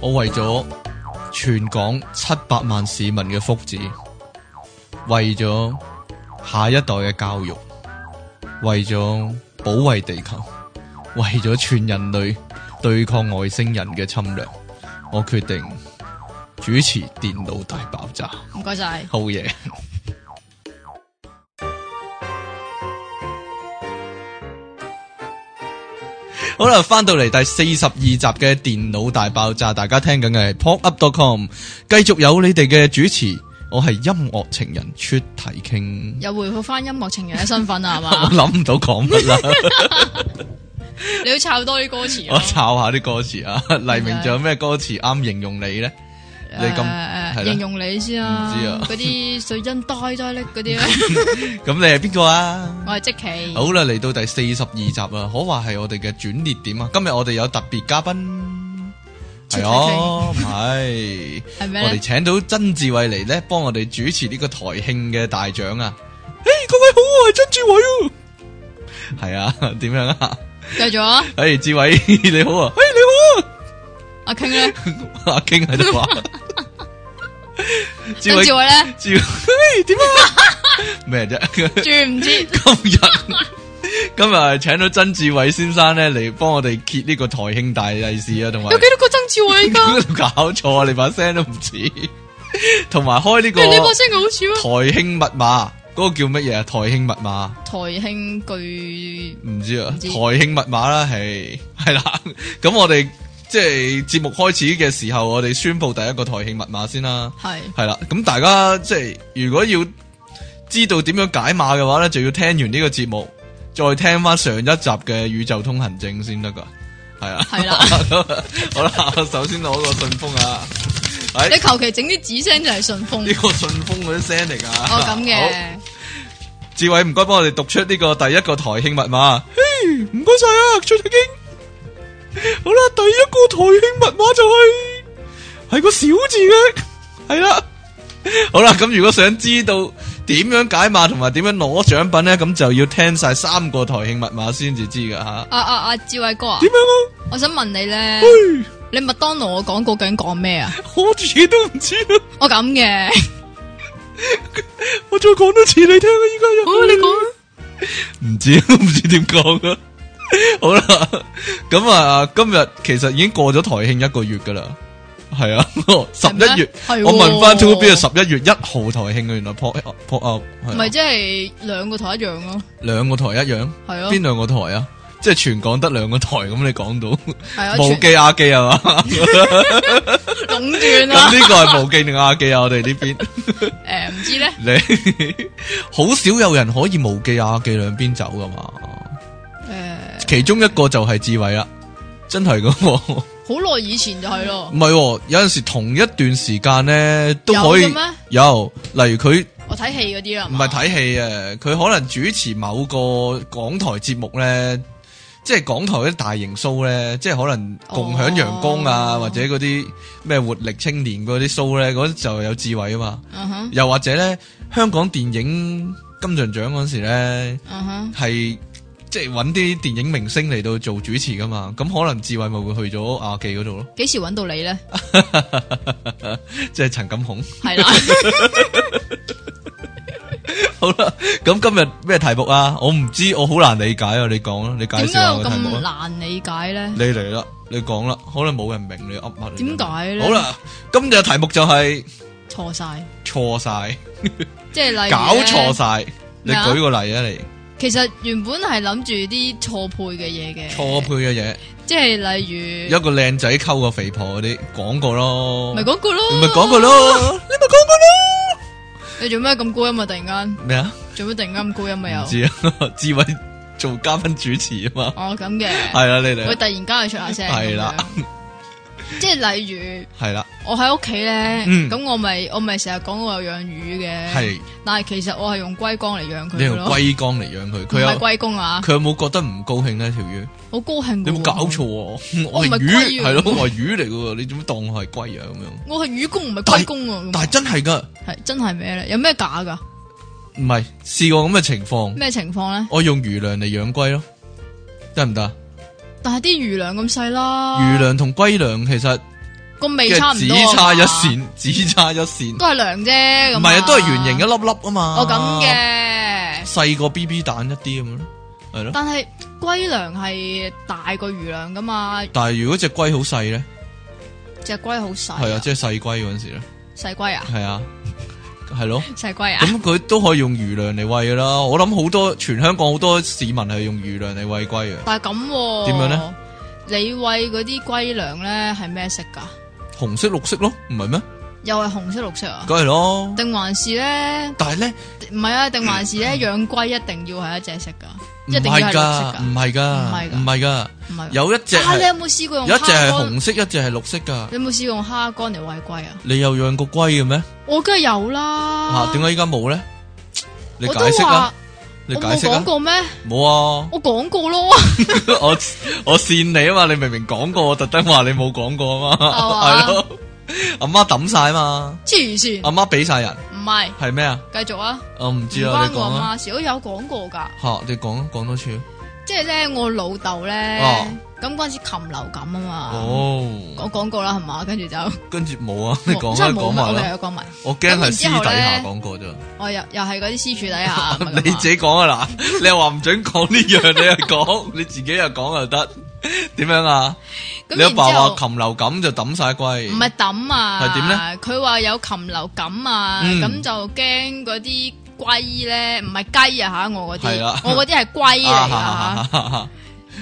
我為咗全港七百萬市民嘅福祉，為咗下一代嘅教育，為咗保衛地球，為咗全人類對抗外星人嘅侵略，我決定主持電腦大爆炸。唔該晒。好嘢！好啦，翻到嚟第四十二集嘅電腦大爆炸，大家聽緊嘅係 popup.com，繼續有你哋嘅主持，我係音樂情人出題傾。 又回復翻音樂情人嘅身份啊，係我嘛？ 諗唔到講乜 啦，你要抄多啲歌詞我啊！抄下啲歌詞 啊。黎明仲有咩歌詞啱形容你咧？你咁誒係啦形容你先啊！唔知啊嗰啲水印呆呆力嗰啲咧，咁你係邊個啊？我係即奇。好啦，嚟到第四十二集啦，可話係我哋嘅轉捩點啊！今日我哋有特別嘉賓，出係體啊，唔係係我咩哋咧？請到曾志偉嚟咧，幫我哋主持呢個台慶嘅大獎啊！誒，各位好，我係曾志偉啊！係啊， 點樣啊？繼續啊！誒，志偉 你好啊！誒，阿 King 咧，你好啊！阿京喺 度話，志曾志偉，偉咧，志偉， 嘿點啊？ 咩啫？轉唔知今日 今日請到曾志偉先生咧嚟幫我哋揭呢個台慶大利是啊，同埋有幾多個曾志 偉噶？搞錯啊！你把聲都唔似， 同埋開呢個你把聲好似啊！台慶密碼嗰個叫乜嘢啊？台慶密碼台慶巨唔知啊，唔知台慶密碼啦，係 係啦。咁我哋即係節目開始嘅時候，我哋宣布第一個台慶密碼先啦。係 係啦，咁大家即係如果要知道點樣解碼嘅話咧，就要聽完呢個節目，再聽翻上一集嘅宇宙通行證先得噶。係啊，係啦。 好啦，我首先攞個信封啊，喺、你求其整啲紙聲就係順風呢。個信封嗰啲聲嚟噶。哦咁好。嘅，志偉唔該幫我哋讀出呢個第一個台慶密碼。嘿，唔該晒啊，出體經。好啦，第一個台慶密碼就係、係個小字嘅，係啦。好啦，咁如果想知道點樣解碼同埋點樣攞獎品咧，咁就要聽晒三個台慶密碼先至知噶吓。阿阿阿志偉哥啊點，樣啊？我想問你咧，嘿，你麥當勞嘅廣告究竟講咩啊？哎我自己都唔知啊！我咁 嘅，我再講多次你聽啊！依家有好你講啊。唔知唔知點講啊！ 好啦，咁啊，今日其實已經過咗台慶一個月噶啦，係啊， 十咩一月，係我問翻喎 Two B 啊，十一月一號台慶啊，原來 pop up pop up 係咪啊即係兩個台一樣咯，兩個台一樣，係咯，邊兩個台啊？即係全港得兩個台，咁你講到係啊，無全啊記亞記係 嘛？壟斷啦。咁呢個係無記定亞記啊？我哋呢邊 誒，唔知咧，你 好少有人可以無記亞記兩邊走噶嘛？誒，其中一個就係志偉啦，真係噶喎。好耐以前就係咯唔，係喎，有陣時同一段時間咧都可以有嘅咩有，例如佢我睇戲嗰啲啦，唔係睇戲啊，佢可能主持某個港台節目咧，即係港台嗰啲大型 show 咧，即係可能共享陽光啊，哦或者嗰啲咩活力青年嗰啲 show 咧，嗰啲就有智慧啊嘛。嗯哼，又或者咧，香港電影金像獎嗰時咧，嗯哼， 係即係揾啲電影明星嚟到做主持噶嘛，咁可能智慧咪會去咗亞記嗰度咯。幾時揾到你咧？即係陳錦鴻。係啦，好啦，咁今日咩題目啊？我唔知，我好難理解啊！你講啦，你介紹點解下我個題目啦。咁難理解咧？你嚟啦，你講啦，可能冇人明你噏乜。你講點解咧？好，啦，今日嘅題目就係錯晒，錯晒，即係例如搞咧錯。晒。你咩啊舉個例啊，你其實原本係諗住啲錯配嘅嘢嘅，錯配嘅嘢，即係例如一個靚仔溝個肥婆嗰啲講過咯，咪講過咯，咪講過。咯，你咪講過咯。你做咩咁高音啊？突然間，咩啊？做咩突然間咁高音啊？唔又知啊， 志偉做嘉賓主持啊嘛，哦咁嘅，係啊啦，你嚟會啦，突然間去出下聲，係啦咁樣，即係例如係啦，我喺屋企咧，嗯咁我咪我咪成日講我有養魚嘅，係但係其實我係用龜缸嚟養你佢用嘅咯，龜缸嚟養佢，唔佢係有。龜公啊，佢有冇覺得唔高興呢條魚？好高興你嘅喎有冇搞錯啊？ 我唔係係魚，龜啊係咯，我係魚嚟嘅喎，你點當我係龜啊咁樣？我係魚公唔係龜公啊，但係真係噶，係真係咩咧？有咩假噶？唔係試過咁嘅情況，咩情況咧？我用魚糧嚟養龜咯，得唔得？啊但係啲魚糧咁細啦，魚糧同龜糧其實个哦味差嘅唔只多啊嘛，差一線， 只差一線，唔都系涼啫，咁哦係啊，都係圓形一。粒粒啊嘛。我咁，嘅，細個 B B 蛋一啲咁咯，係咯。但係龜糧係大過魚糧噶嘛，但係如果只龜好細咧，隻龜好細。係啊，，即係細龜嗰陣時咧，細龜啊，係啊，係咯。細龜啊， 咁佢都可以用魚糧嚟喂噶啦。我諗好多全香港好多市民係用魚糧嚟喂龜嘅，啊但係咁喎點樣呢？你喂嗰啲龜糧咧係咩色㗎？紅色、綠色咯，唔係咩？又係紅色、綠色啊？梗係咯。定還是咧？但係咧唔係啊，定還是 咧？養龜一定要係一隻色㗎，唔一定要係係綠色㗎，唔，係㗎唔係㗎，㗎唔係㗎，唔係㗎。有一隻啊！你係有冇試過用有一隻係蝦乾紅色，一隻係綠色㗎。你有冇試過用蝦乾嚟喂龜啊？你有養過龜嘅咩？我梗係有啦。吓，點解依家冇咧？你啊我解都釋啊話！你我解冇釋講啊！過咩？冇啊！ 我講過咯， 我我扇你啊嘛！你明明講過，我特登話你冇講過啊嘛，係係嘛咯？阿媽抌晒啊嘛，黐線，阿媽俾晒人，唔係，係咩啊？繼續啊，我唔唔啊知啊，關你我講啊。阿媽事，我有講過㗎，吓，你講講多次。即係咧，我老豆咧哦，咁嗰陣時禽流感啊嘛，哦，我講過啦，係嘛，跟住就跟住冇啊，你講啦，哦真係講冇乜，埋我啦。又講埋，我驚係私底咁下然之講過啫。我又又係嗰啲私處底 下，咁啊你自己講啊嗱，你又話唔准講呢樣，你又講， 你自己又講又得。點樣啊？咁你阿然之爸話後禽流感就抌晒龜，唔係抌啊，係點咧？佢話有禽流感啊，嗯咁就驚嗰啲龜咧，唔係雞啊吓，我嗰係啦啲，我嗰啲係龜嚟噶。啊？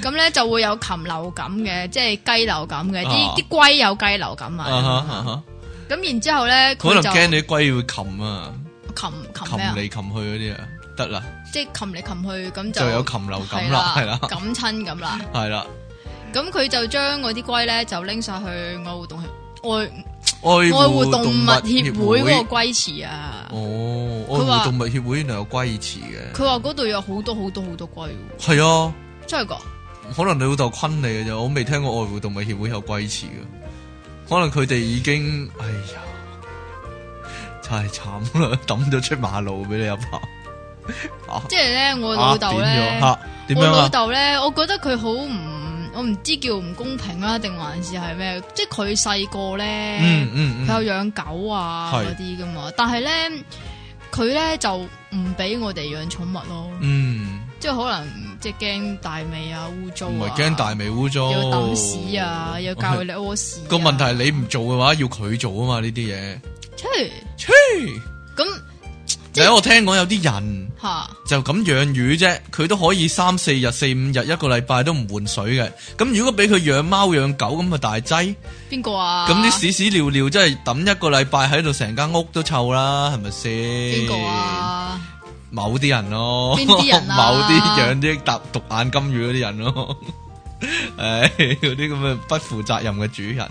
咁咧就會有禽流感嘅，即係雞流感嘅，啊啲啲龜有雞流感啊哈啊啊。哈咁然之後咧，可佢能就驚你啲龜會擒啊，擒擒擒咩啊？嚟擒去嗰啲啊，得啦，即係擒嚟擒去，咁就有禽流感係啦，係係 啦，咁親咁啦。係啦，咁佢就將嗰啲龜咧就拎晒去愛護動物愛愛愛護護動動物協物會協會嗰個龜池啊。哦，愛佢護話動物協會原來有龜池嘅，佢話嗰度有好多好多好多龜喎，係啊，真係噶？可能你老豆昆你嘅啫，我未聽過愛護動物協會有龜池嘅，可能佢哋已經，哎呀，太慘啦，抌咗出馬路俾你阿爸，即係咧，我老豆咧，嚇點我樣老啊？豆咧，我覺得佢好唔，我唔知叫唔公平啦，定還是係咩？即係佢細個咧。嗯嗯佢嗯，有養狗啊係嗰啲噶嘛，但係咧佢咧就唔俾我哋養寵物咯，嗯。即係可能即係驚大味啊、污糟唔啊，係驚大味污糟，要抌屎啊，要教佢你屙屎啊。個問題係你唔做嘅話，要佢做啊嘛呢啲嘢。切黐咁即係有我聽講有啲人吓就咁養魚啫，佢都可以三四日、四五日、一個禮拜都唔換水嘅。咁如果俾佢養貓養狗咁啊大劑，邊個啊？咁啲屎屎尿尿真係抌一個禮拜喺度，成間屋都臭啦，係咪先？邊個？啊？某啲人咯，邊啲人 啊某啲養啲搭獨眼金魚嗰啲人咯， 唉，嗰啲咁嘅不負責任嘅主人，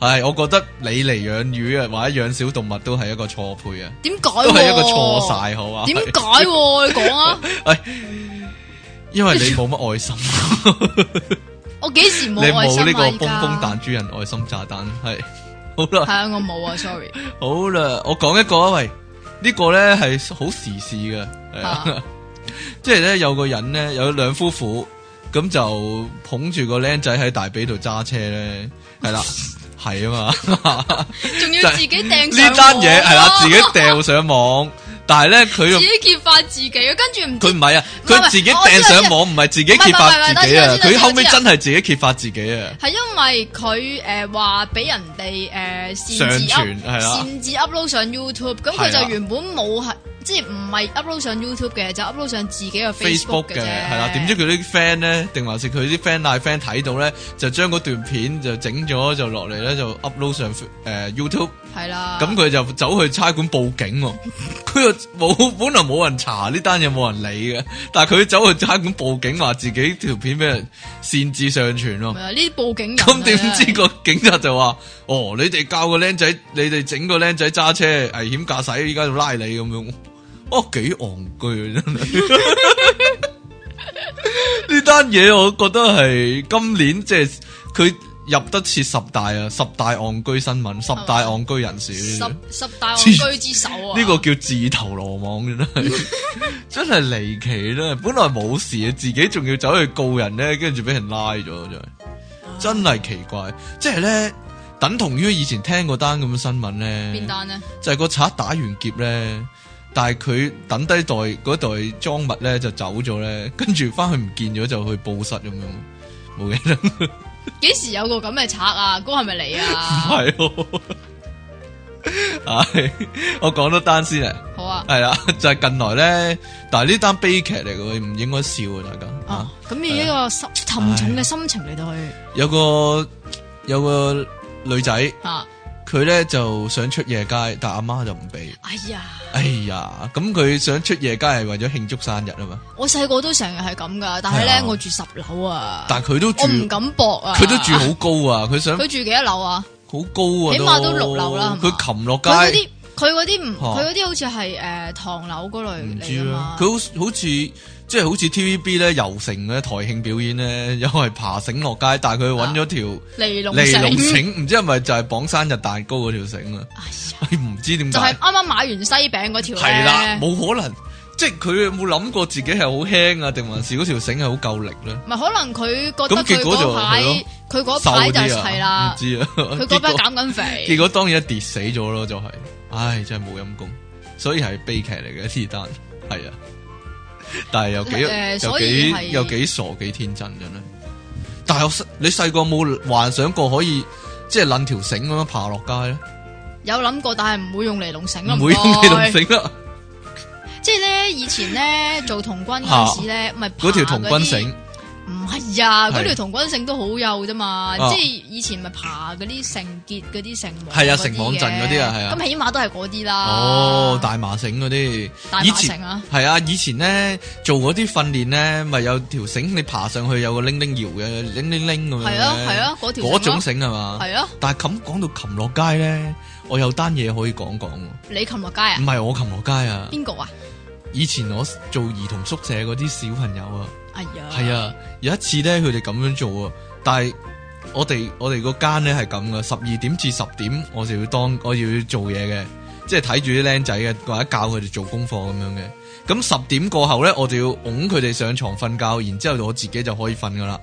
係我覺得你嚟養魚啊，或者養小動物都係一個錯配啊，點解喎？都係一個錯晒，好啊，哎點解喎？你 講啊！因為你冇乜愛心，我幾時你冇愛心冇啊？呢個而崩家崩彈珠人愛心炸彈，係好啦係。啊，我冇啊，sorry。好啦，我講一個啊，喂，呢、個咧係好時事嘅，係啊啊， 即係咧有個人咧有兩夫婦，咁就捧住個僆仔喺大髀度揸車咧，係 啦，係啊嘛，仲要就係自己掟上呢單嘢網係啦，啊自己掉上網，但係咧佢 自又己揭發自己，跟住唔知佢唔係啊，唔係佢自己我知掟我知上網，唔係自己揭發自己啊唔係唔係唔係，佢等陣後我知尾我知真係自己揭發自己啊，系因为佢诶话俾人哋诶擅自上傳 up 係啦擅自 upload 上 YouTube，咁係佢啦就原本冇係即系唔系 upload 上 YouTube 嘅，就 upload 上自己嘅 Facebook Facebook 嘅啫。係啦，點知佢啲 friend 咧，定還是佢啲 friend 嗌 friend 睇到咧，就將嗰段片就整咗就落嚟咧，就 upload 上誒、呃 YouTube，系啦？咁佢、就走去差館報警喎、 佢又冇本來冇人查呢單嘢，冇人理嘅，但係佢走去差館報警，話自己條片俾人擅自上傳喎、係啊呢啲報警人啊咁點知真係個警察就話：哦，你哋教個僆仔，你哋整個僆仔揸車危險駕駛，依家就拉你咁樣。哦，幾戇居啊！真 係呢單嘢，我覺得係今年即係佢入得切十大啊，十大戇居新聞，十大哦戇居人士呢啲。十十大戇居之首啊？呢個叫自投羅網，真 係真係離奇啦！本來冇事啊，自己仲要啊走去告人咧，跟住俾人拉咗，真係真係奇怪。即係咧，等同於以前聽嗰單咁嘅新聞邊咧，單咧？就係個賊打完劫咧，但係佢等低袋嗰袋贓物咧就走咗咧，跟住翻去唔見咗就去報失咁樣，冇嘢啦，幾時有個咁嘅賊啊？嗰個係咪你啊？係喎 唉，我講多單先啊。好啊，系啦， 就係近來咧，但係呢單悲劇嚟嘅，唔應該笑啊！大家、啊啊，咁以一個深沉重嘅心情嚟到去有個有個女仔，啊，佢咧就想出夜街，但阿媽就唔俾。哎呀！哎呀，咁佢想出夜街係為咗慶祝生日啊嘛，我細個都成日係咁噶，但係係啊咧我住十樓啊，但係佢都住我唔敢搏啊。佢都住，好高啊，佢想佢住幾多樓啊？好高啊，起碼都六樓啦係嘛佢擒落佢嗰街。啲佢嗰啲唔啊佢嗰啲好似係誒唐樓嗰類唔嚟知噶啦啊嘛，。佢好好似即係好似 TVB 咧遊城咧台慶表演咧，又係爬繩落街，但係佢揾啊咗條尼龍尼龍繩，繩，唔知係咪就係綁生日蛋糕嗰條繩啊？ 哎呀唉唔知點就係解啱，啱買完西餅嗰條係啦，咧，冇可能，即係佢有冇諗過自己係好輕啊，定還是嗰條繩係好夠力咧？唔係可能佢覺咁得結佢果就嗰排係咯佢嗰瘦排就啲啊，係啦唔，知啊，佢佢 嗰排減緊結肥，果當然跌死咗咯，就係、唉，真係冇陰功，所以係悲劇嚟嘅呢單，係啊，但係又幾、 誒又所以係幾又幾傻幾天真真係。但係我細你細個冇幻想過可以即係攆條繩咁樣爬落街咧，有諗過，但係唔會用尼龍繩啦，唔會用該你條繩啊啦，即係咧，以前咧做童軍嗰陣時咧，咪嗰條爬童軍繩。唔係啊，係嗰條童軍繩都好幼啫嘛，啊即係以前咪爬嗰啲城結嗰啲城網係啊嗰啲城網陣嗰啲啊係啊咁起碼都係嗰啲啦。哦，大麻繩嗰啲，大麻以前繩啊係啊，以前咧做嗰啲訓練咧，咪有條繩你爬上去有個鈴鈴搖嘅，鈴鈴鈴咁樣係啊嘅係啊嗰條繩嗰種咯繩係嘛？係啊，但係咁講到擒落街咧，我有單嘢可以講講喎，你擒落街啊唔？係我擒落街啊，邊個啊？以前我做兒童宿舍嗰啲小朋友啊，哎呀，係，啊，有一次咧佢哋咁樣做啊，但係。我哋我哋個間咧係咁噶，十二點至十點我就要當我要做嘢嘅，即係睇住啲僆仔嘅，或者教佢哋做功課咁樣嘅。咁十點過後咧，我就要拱佢哋上床瞓覺，然之後我自己就可以瞓噶啦。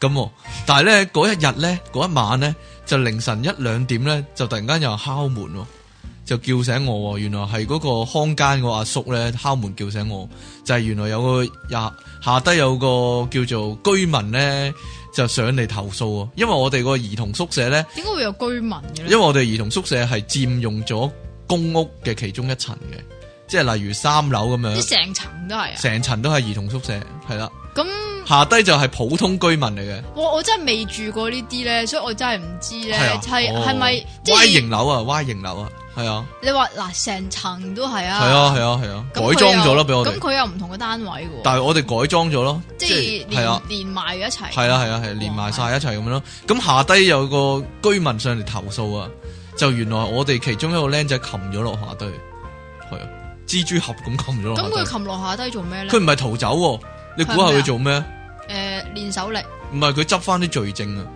咁喎，但係咧嗰一日咧，嗰一晚咧就凌晨一兩點咧，就突然間有人敲門喎，就叫醒我喎。原來係嗰個康間個阿叔咧敲門叫醒我，就係、原來有個下下低有個叫做居民咧就上嚟投訴啊，因為我哋個兒童宿舍咧。點解會有居民嘅因為？咧我哋兒童宿舍係佔用咗公屋嘅其中一層嘅，即係例如三樓咁樣，啲成層都係啊。成層都係兒童宿舍，係啦，咁下低就係普通居民嚟嘅，我我真係未住過呢啲咧，所以我真係唔知咧，係啊，係哦係咪即 Y 係型樓啊，Y 型樓啊，係啊，你話嗱成層都係啊？係啊，係啊，係啊，咁佢改裝咗啦，又俾我咁哋，佢有唔同嘅單位嘅喎，但係我哋改裝咗咯，即係係啊連。連埋一齊。係啊啦係啦係，連埋哦晒一齊咁樣咯。咁下低有個居民上嚟投訴啊，就原來我哋其中一個僆仔擒咗落下低，係啊，蜘蛛俠咁擒咗落下咁低。佢擒落啊下低做咩咧？佢唔係逃走喎，你估下佢做咩？诶练手力唔係佢執翻啲罪證啊，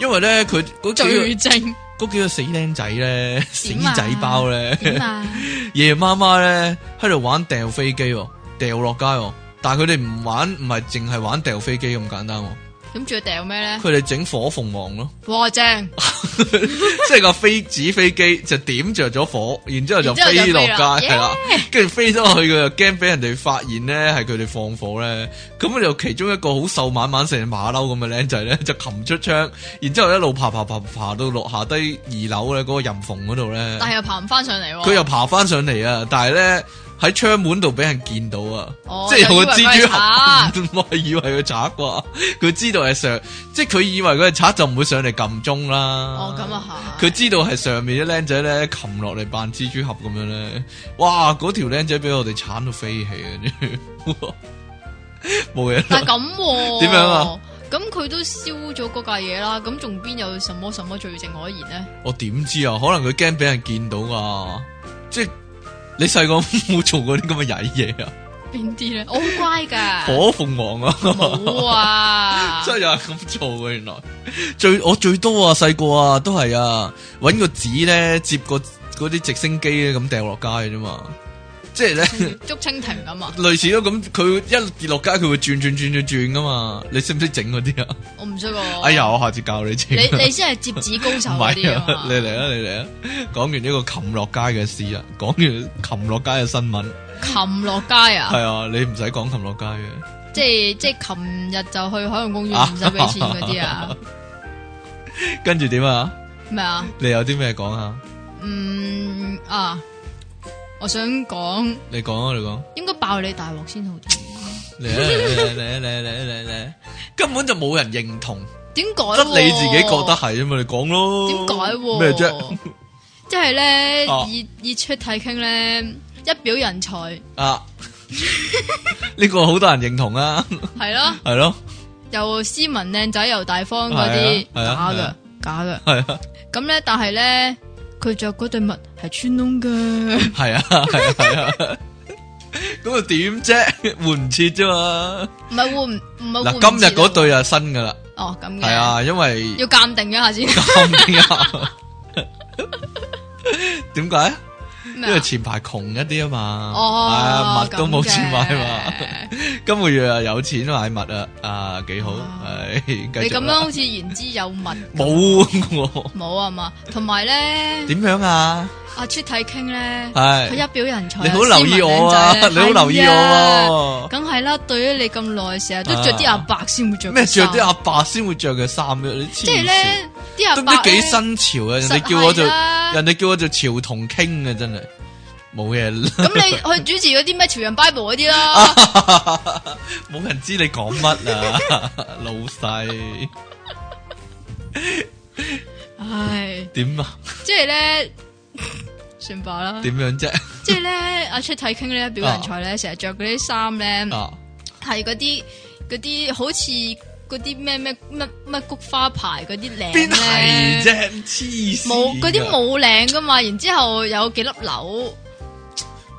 因為咧佢嗰罪幾證個嗰幾個死僆仔咧，死點啊仔包 咧，點啊？夜媽媽咧喺度玩掉飛機喎，掉落街喎，但係佢哋唔玩，唔係淨係玩掉飛機咁簡單喎，咁仲要掉咩咧？佢哋整火鳳凰咯，哇正！ 即係個飛紙飛機就點着咗火，然之後就然之後就飛落飛啦街係啦，跟住飛咗去佢又驚俾人哋發現咧係佢哋放火咧，咁就其中一個好瘦蜢蜢成隻馬騮咁嘅僆仔咧就擒出窗，然之後一路爬爬爬爬到落下低二樓咧嗰個人縫嗰度咧，但係又爬唔翻上嚟喎。佢又爬翻上嚟啊，但係咧。喺窗門度俾人見到啊！哦即係有個就以為蜘佢係蛛 俠，唔係以為佢賊啩？佢知道係上，即係佢以為佢係賊就唔會上嚟撳鐘啦。哦咁啊嚇，佢知道係上面啲僆仔咧擒落嚟扮蜘蛛俠咁樣咧，哇！嗰條僆仔俾我哋鏟到飛起啊！哇 冇嘢但係啦，咁 喎點樣啊？咁佢都燒咗嗰架嘢啦，咁仲邊有什麼什麼罪證可言呢？我點知啊？可能佢驚俾人見到啊！即係你細個冇做過啲咁嘅曳嘢啊？邊 啲咧？我好乖㗎，火鳳凰啊！冇哦啊！真係有人咁做嘅，原來最我最多啊，細個啊都係啊，搵個紙咧接個嗰啲直升機咧咁掉落街嘅啫嘛，即系咧。捉蜻蜓咁啊！類似咯，咁佢一跌落街，佢會轉轉轉轉轉噶嘛？你識唔識整嗰啲啊？我唔識喎。哎呀，我下次教你整你啊。哦你先係接紙高手唔係嗰啲啊啊嘛！，你嚟啊，你嚟啊！講完呢個擒落街嘅事啊，講完擒落街嘅新啊聞，擒落街啊！係啊，你唔使講擒落街嘅。即係即係琴日就去海洋 公園唔使俾錢嗰啲啊？跟住點啊？咩啊？你有啲咩講啊？嗯啊，我想講你講啊，你講。應該爆你大鑊先好啲。嚟啊嚟啊嚟啊嚟啊嚟啊嚟啊嚟啊！根本就冇人認同，點改喎？得你自己覺得係啊嘛，你講咯。點改喎？咩啫？？即係咧啊，以以出體傾咧，一表人才 啊，呢個好多人認同啊，係咯，係咯，又斯文靚仔又大方嗰啲係假啊係嘅啊，假嘅。係啊。咁咧，但係咧，佢着嗰對襪係穿窿嘅，系啊，系啊，系啊。咁啊点啫？换唔切啫嘛。唔係換唔係換唔嗱，今日切嗰啊對啊新噶啦，哦咁嘅，系，啊，因為 要鑑定一下先。啱啲 啊。點解？ 因咩為啊前排窮一啲啊嘛，哦，係啊，物都冇錢買嘛。嘛。今個月啊有錢買物啊，啊幾好，哇係 繼你續咁樣啦好似言之有物，冇我冇啊嘛？同埋咧，點樣啊？阿出體傾咧，佢係一表人才，你好留意我啊，斯文靚 你仔呢好留意我。係啊。梗係啦，對於你咁耐，成日都着啲啊阿伯先會着嘅咩着啲衫阿伯先會着嘅衫嘅？你黐即係線！咧都啲阿唔伯知幾咧新潮啊！人實哋叫我做，係啦人哋叫我做潮同傾啊！真係冇嘢啦，咁你去主持嗰啲咩潮人 Bible 嗰啲啦，冇人知你講乜啊！老細唉，點啊？即係咧，算罷啦。點樣啫？即係咧，阿出體傾呢表人才咧，成日着嗰啲衫咧，啊係嗰啲嗰啲好似嗰啲咩咩乜乜菊花牌嗰啲領邊係咧，啫？黐線冇嗰啲㗎冇領噶嘛，然之後有幾粒紐，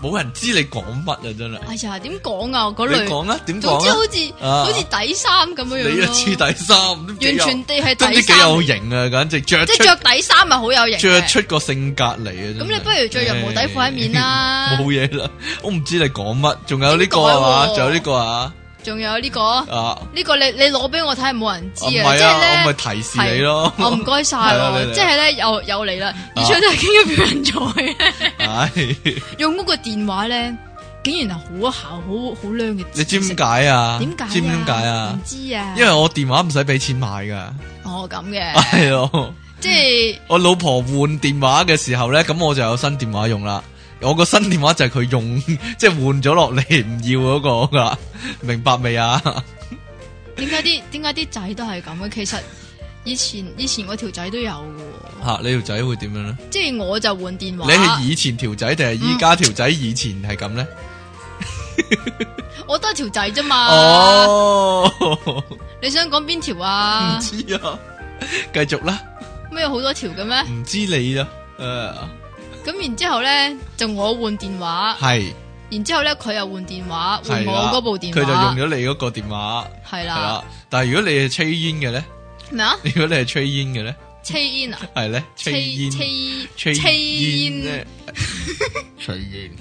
冇人知你講乜啊！真係哎呀，點講啊嗰你類，講啊？點總之好講啊？似啊好似底衫咁樣你樣啊咯黐底衫，都幾有完全地係都唔底知幾衫，有型啊！簡直着即出係着底衫咪好有型嘅着出個性格嚟啊！咁真係你不如着羊毛底褲喺面啦冇嘢啦，我唔知你講乜，仲有呢個啊嘛，點仲解喎有呢個啊仲有呢個。啊！呢個你你攞俾我睇係冇人知唔啊，係即啊，我係咪咧，提示你咯。我唔該晒係啊喎你，嚟啊即係咧又又嚟啦，而且都係傾一表人才咧， 唉，用嗰個電話咧，竟然係好姣好好靚嘅，你知唔？解啊？點解啊？知唔點解啊唔？知啊，因為啊我電話唔使俾錢買噶，哦咁嘅，係咯。即係我老婆換電話嘅時候咧，咁我就有新電話用啦。我個新電話就係佢用， 即係換咗落嚟唔要嗰個噶，明白未啊？ 點解啲點解啲仔都係咁嘅？其實以前以前我條仔都有嘅喎，吓，你條仔會點樣咧？即係我就換電話，你係以前條仔定係依嗯家條仔？以前係咁咧？我得條仔啫嘛，哦，你想講邊條 唔啊？知啊，繼續啦，咩有好多條嘅咩？唔知你啦，誒，咁然之後咧就我換電話。係。然之後咧，佢又換電話，換係我啦嗰部電話，佢就用咗你嗰個電話，係係啦啦。但係如果你係吹煙嘅咧，咩啊？ 如果你係吹煙嘅咧，車煙啊？係咧車吹煙，車吹車煙煙？咧， 吹煙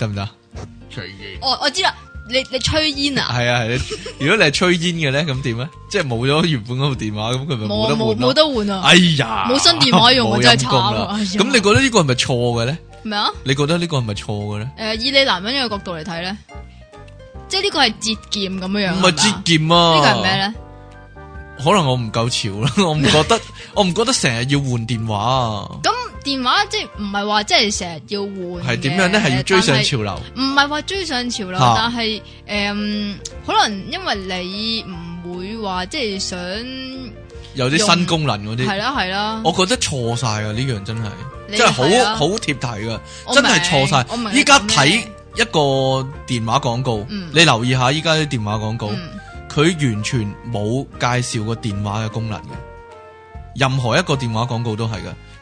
得唔得？ 吹煙哦，我知啦，你你吹煙啊？係啊係啊。如果你係吹煙嘅咧，咁點咧？即係冇咗原本嗰部電話，咁佢咪冇啊得冇換冇咯？得換啊？哎呀，冇新電話用啊冇真係陰功啦慘啊哎呀咁你覺得呢個係咪錯嘅咧？咩啊？你覺得呢個係咪錯嘅咧？誒，以你男人嘅角度嚟睇咧，即係呢個係節儉咁樣樣，唔係係嘛節儉呢個啊？係咩？咧？可能我唔夠潮啦， 我唔覺 得，我唔覺得成日要換電話啊。咁電話即係唔係話即係成日要換嘅？系点样咧？系要追上潮流，但係，唔係話追上潮流，啊但係誒，可能因為你唔會話即係想有啲新功能嗰係啲，哦啦係啦。我覺得錯晒噶呢樣真係，你真係係好啊好貼題噶，我真係明錯我明晒。你依家講睇咩一個電話廣告，嗯你留意下依家啲電話廣告，嗯佢完全冇介紹個電話嘅功能嘅，任何一個電話廣告都係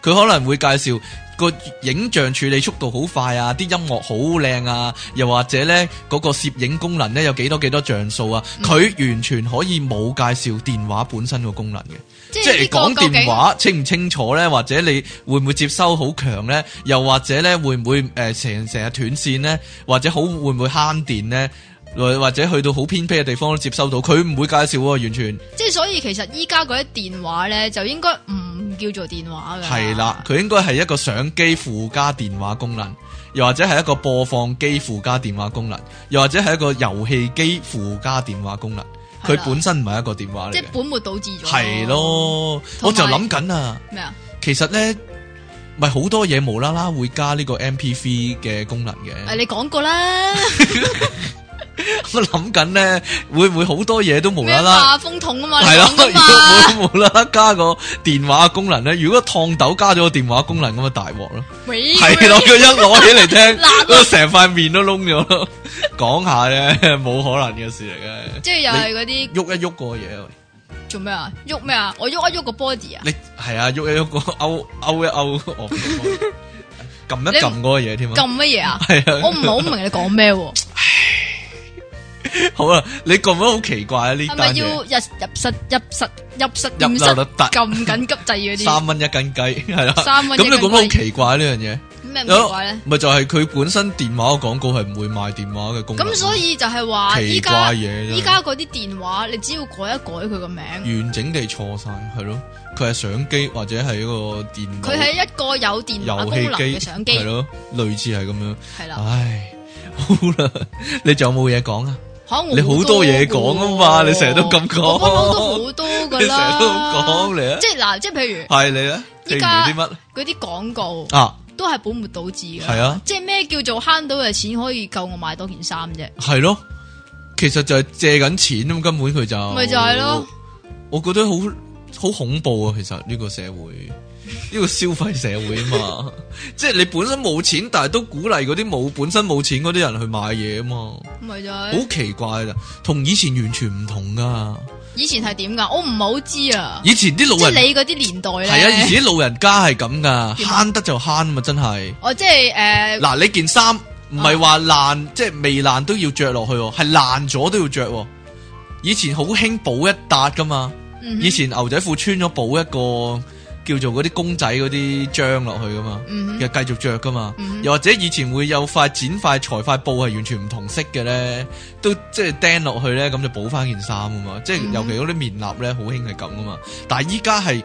噶，佢可能會介紹個影像處理速度好快啊，啲音樂好靚啊，又或者呢嗰、個攝影功能呢有幾多幾多像素啊，佢、完全可以冇介紹電話本身個功能嘅。即即係呢係個講究電竟話清唔清楚咧，或者你會唔會接收好強咧？又或者咧會唔會誒成成日斷線咧？或者好會唔會慳電咧？或或者去到好偏僻嘅地方都接收到，佢唔會介紹喎，完全即係所以其實依家嗰啲電話咧就應該唔叫做電話㗎。係啦。佢應該係一個相機附加電話功能，又或者係一個播放機附加電話功能，又或者係一個遊戲機附加電話功能。係佢啦本身唔係一個電話嚟即係嘅，本末倒置咗。啊係。咯。同埋我就諗緊啊。咩啊？其實咧，咪好多嘢無啦啦會加呢個 MP3 嘅功能誒，嘅。你講過啦， 我諗緊咧，會唔會好多嘢都無咩啦啦？啊？風筒啊嘛，你 係啦，講㗎嘛如果冇無啦啦加個電話功能咧，如果燙斗加咗個電話功能咁啊大鑊咯，喂，係咯，佢一攞起嚟 聽，嗱嗰成塊面都窿咗咯。講下 咧，冇可能嘅事嚟即係又係嗰啲嘅，喐一喐個嘢，喂 做咩啊？喐咩啊？我喐一喐個 body 啊？你係啊，喐一喐個勾勾一勾，我唔喐啊撳一撳嗰個嘢添啊，撳乜嘢啊？係啊。我唔係好明你講咩喎？好啊，你覺唔覺得好奇怪啊？呢係咪單要嘢入入室入室入室入入室樓得撳緊急掣嗰啲三蚊一斤雞，係啦。三蚊咁一你斤覺唔覺得好雞奇怪啊呢樣嘢？咩唔奇怪咧？咪就係佢本身電話嘅廣告係唔會賣電話嘅功能。咁所以就係話依奇怪家嘢真係依家嗰啲電話，你只要改一改佢個名，完整地錯晒，係咯。佢係相機或者係一個電腦佢係一個有電話遊功能戲嘅機，相機係，咯，類似係咁樣。係啦。唉，好啦，你仲有冇嘢講啊？嚇我你好多嘢講啊嘛喎你成日都咁講我不嬲都好多噶你成啦。日都講嚟啊即係嗱，即係譬係你啊，譬依如家啲乜如嗰啲廣告啊？都係本末倒置嘅。係啊即係咩叫做慳到嘅錢可以夠我買多件衫啫？係咯，其實就係借緊錢咁，根本佢就咪就係咯。我覺得好好恐怖啊！其實呢個社會，呢個消費社會啊嘛， 即係你本身冇錢，但係都鼓勵嗰啲冇本身冇錢嗰啲人去買嘢啊嘛，咪就係好奇怪啊！同以前完全唔同噶，以前係點噶？我唔係好知啊。以前啲即老係人你嗰啲年代咧，係啊，以前啲老人家係咁噶，點啊慳得就慳啊嘛，真係。我哦即係呃誒，嗱，你件衫唔啊係話爛，即係未爛都要着落去喎，係爛咗都要着喎。以前好興補一笪噶嘛，嗯哼以前牛仔褲穿咗補一個叫做嗰啲公仔嗰啲章落去噶嘛，嗯又繼續着噶嘛。嗯哼又或者以前會有塊剪塊裁塊布係完全唔同色嘅咧，都即係釘落去咧，咁就補翻件衫啊嘛。即係嗯尤其嗰啲棉衲咧，好興係咁啊嘛。但係依家係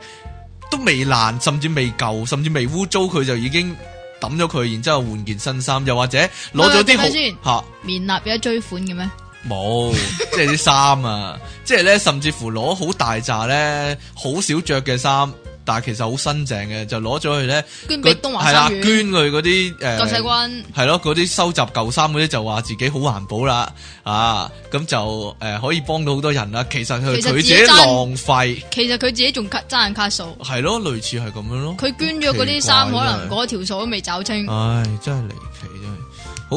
都未爛，甚至未舊，甚至未污糟，佢就已經抌咗佢，然之後換件新衫，又或者攞咗啲喂喂好棉衲有得追款嘅咩？吓冇，即係啲衫啊， 即係咧，甚至乎攞好大扎咧，好少着嘅衫，但係其實好新淨嘅，就攞咗去咧，捐俾嗰東華係啦，三院捐去嗰啲誒救世軍，係咯，嗰啲收集舊衫嗰啲就話自己好環保啦，啊，咁就誒、呃可以幫到好多人啦。其實佢佢其實自自己己爭浪費，其實佢自己仲卡爭人卡數，係咯，類似係咁樣咯。佢捐咗嗰啲衫，奇可怪能真係嗰條數都未找清。唉，真係離奇，真係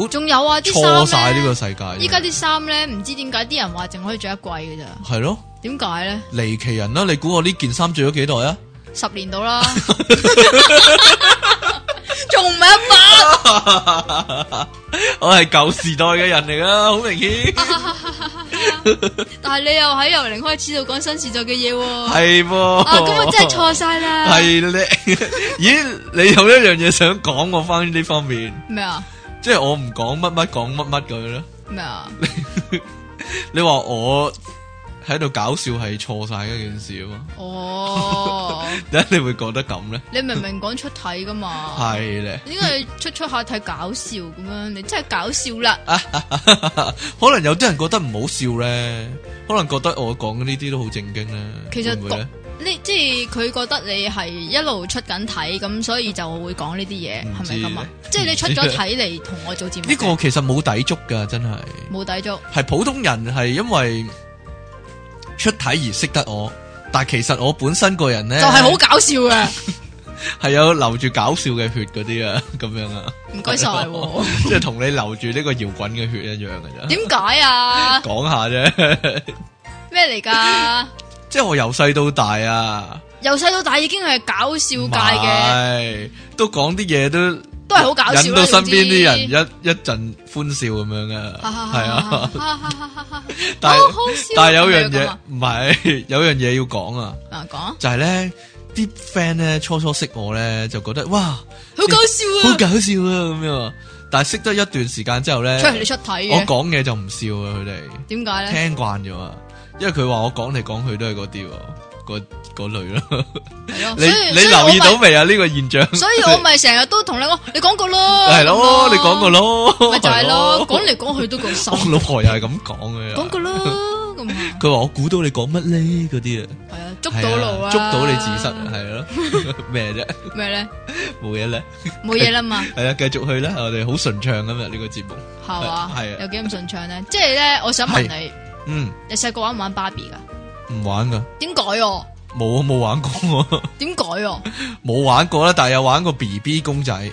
仲有啊，好啲錯晒衫呢呢個世界。依家啲衫咧，唔知點解啲人話淨可以着一季嘅咋？係咯，點解咧？離奇人啦！你估我呢件衫着咗幾耐啊？十年 到啦，仲唔係一百？我係舊時代嘅人嚟噶，好明顯啊但係你又喺由零開始度講新時代嘅嘢喎。係喎。啊，咁啊真係錯晒啦。係咧， 咦？你有一樣嘢想講我翻呢方面，咩啊？即係我唔講乜乜講乜乜咁樣咯。咩啊？你話我喺度搞笑係錯晒嗰件事啊嘛？ 哦，點解你會覺得咁咧？你明明講出體噶嘛？係咧，點解你出出下睇搞笑咁樣？你真係搞笑啦！可能有啲人覺得唔好笑咧，可能覺得我講呢啲都好正經咧。其實會唔會咧呢即係佢覺得你係一路出緊體，咁所以就會講呢啲嘢，唔知係咪咁啊？咧即係你出咗體嚟同我做節 目呢個嘅，其實冇抵觸噶，真係冇抵觸，係普通人係因為出體而識得我，但係其實我本身個人咧就係好搞笑啊嘅。係有流住搞笑嘅血嗰啲啊， 咁樣啊，唔該晒喎， 即係同你流住呢個搖滾嘅血一樣嘅啫。點解啊？講下啫。 咩嚟噶？即系我由細到大啊，由細到大已經係搞笑界嘅，嘅，都講啲嘢都都係好搞笑啊引啦到身邊啲人 總之一一陣歡笑咁樣嘅，係啊。啊，但好係好笑啊但係有樣咁樣㗎嘢嘛唔係 有樣嘢要講啊，啊講啊，就係咧啲 friend 咧初初識我咧就覺得哇好搞笑啊，好搞笑啊咁樣啊，但係識得一段時間之後咧出，嚟你出體我嘅，講嘢就唔笑啊佢哋。點解咧？聽慣咗啊，因為佢話我講嚟講去都係嗰啲喎，嗰嗰類咯。係咯你所以你所以我留意到咪未啊？呢個現 象所以我咪成日都同你講，你講過咯，係咯，咁你講過，咯，咪就係咯，講係嚟講去都 咁我深，老婆又係咁講嘅，講過咯，咁啊佢話我估到你講乜呢？嗰啲啊，係啊，捉到路係啊，捉到你自失係咯， 咩啫？咩咧？冇嘢咧，冇嘢啦嘛，係啊，繼續去啦，我哋好順暢今日呢個節目，係 嘛？係啊有幾咁順暢咧？即係咧，我想問你，嗯，你細個玩唔玩芭比噶？唔玩噶，點改哦？冇啊，冇玩過喎， 點改哦冇玩過啦，但係有玩過 B B 公仔，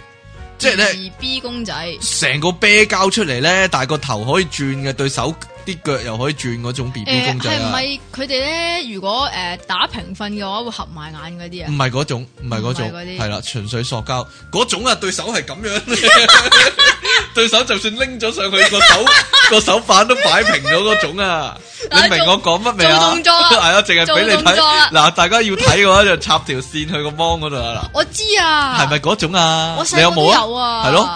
即係咧。 B B 公仔，成個啤膠出嚟咧，但係個頭可以轉嘅，對手啲腳又可以轉嗰種 B B 誒公仔係唔啊，係佢哋咧？如果誒打平分嘅話，會合埋眼嗰啲唔啊？係嗰種，唔係嗰唔係嗰種，啲係啦，純粹塑膠嗰種啊，對手係咁樣， 對手就算拎咗上去個 手個手板都擺平咗嗰種啊，你明我講乜未做啊？動作啊 係啊，淨係俾你做動睇作啊嗱，大家要睇嘅話就插條線去個芒嗰度啊我知啊，嗱，係咪？嗰種啊我？你細有個都冇啊？有啊，係咯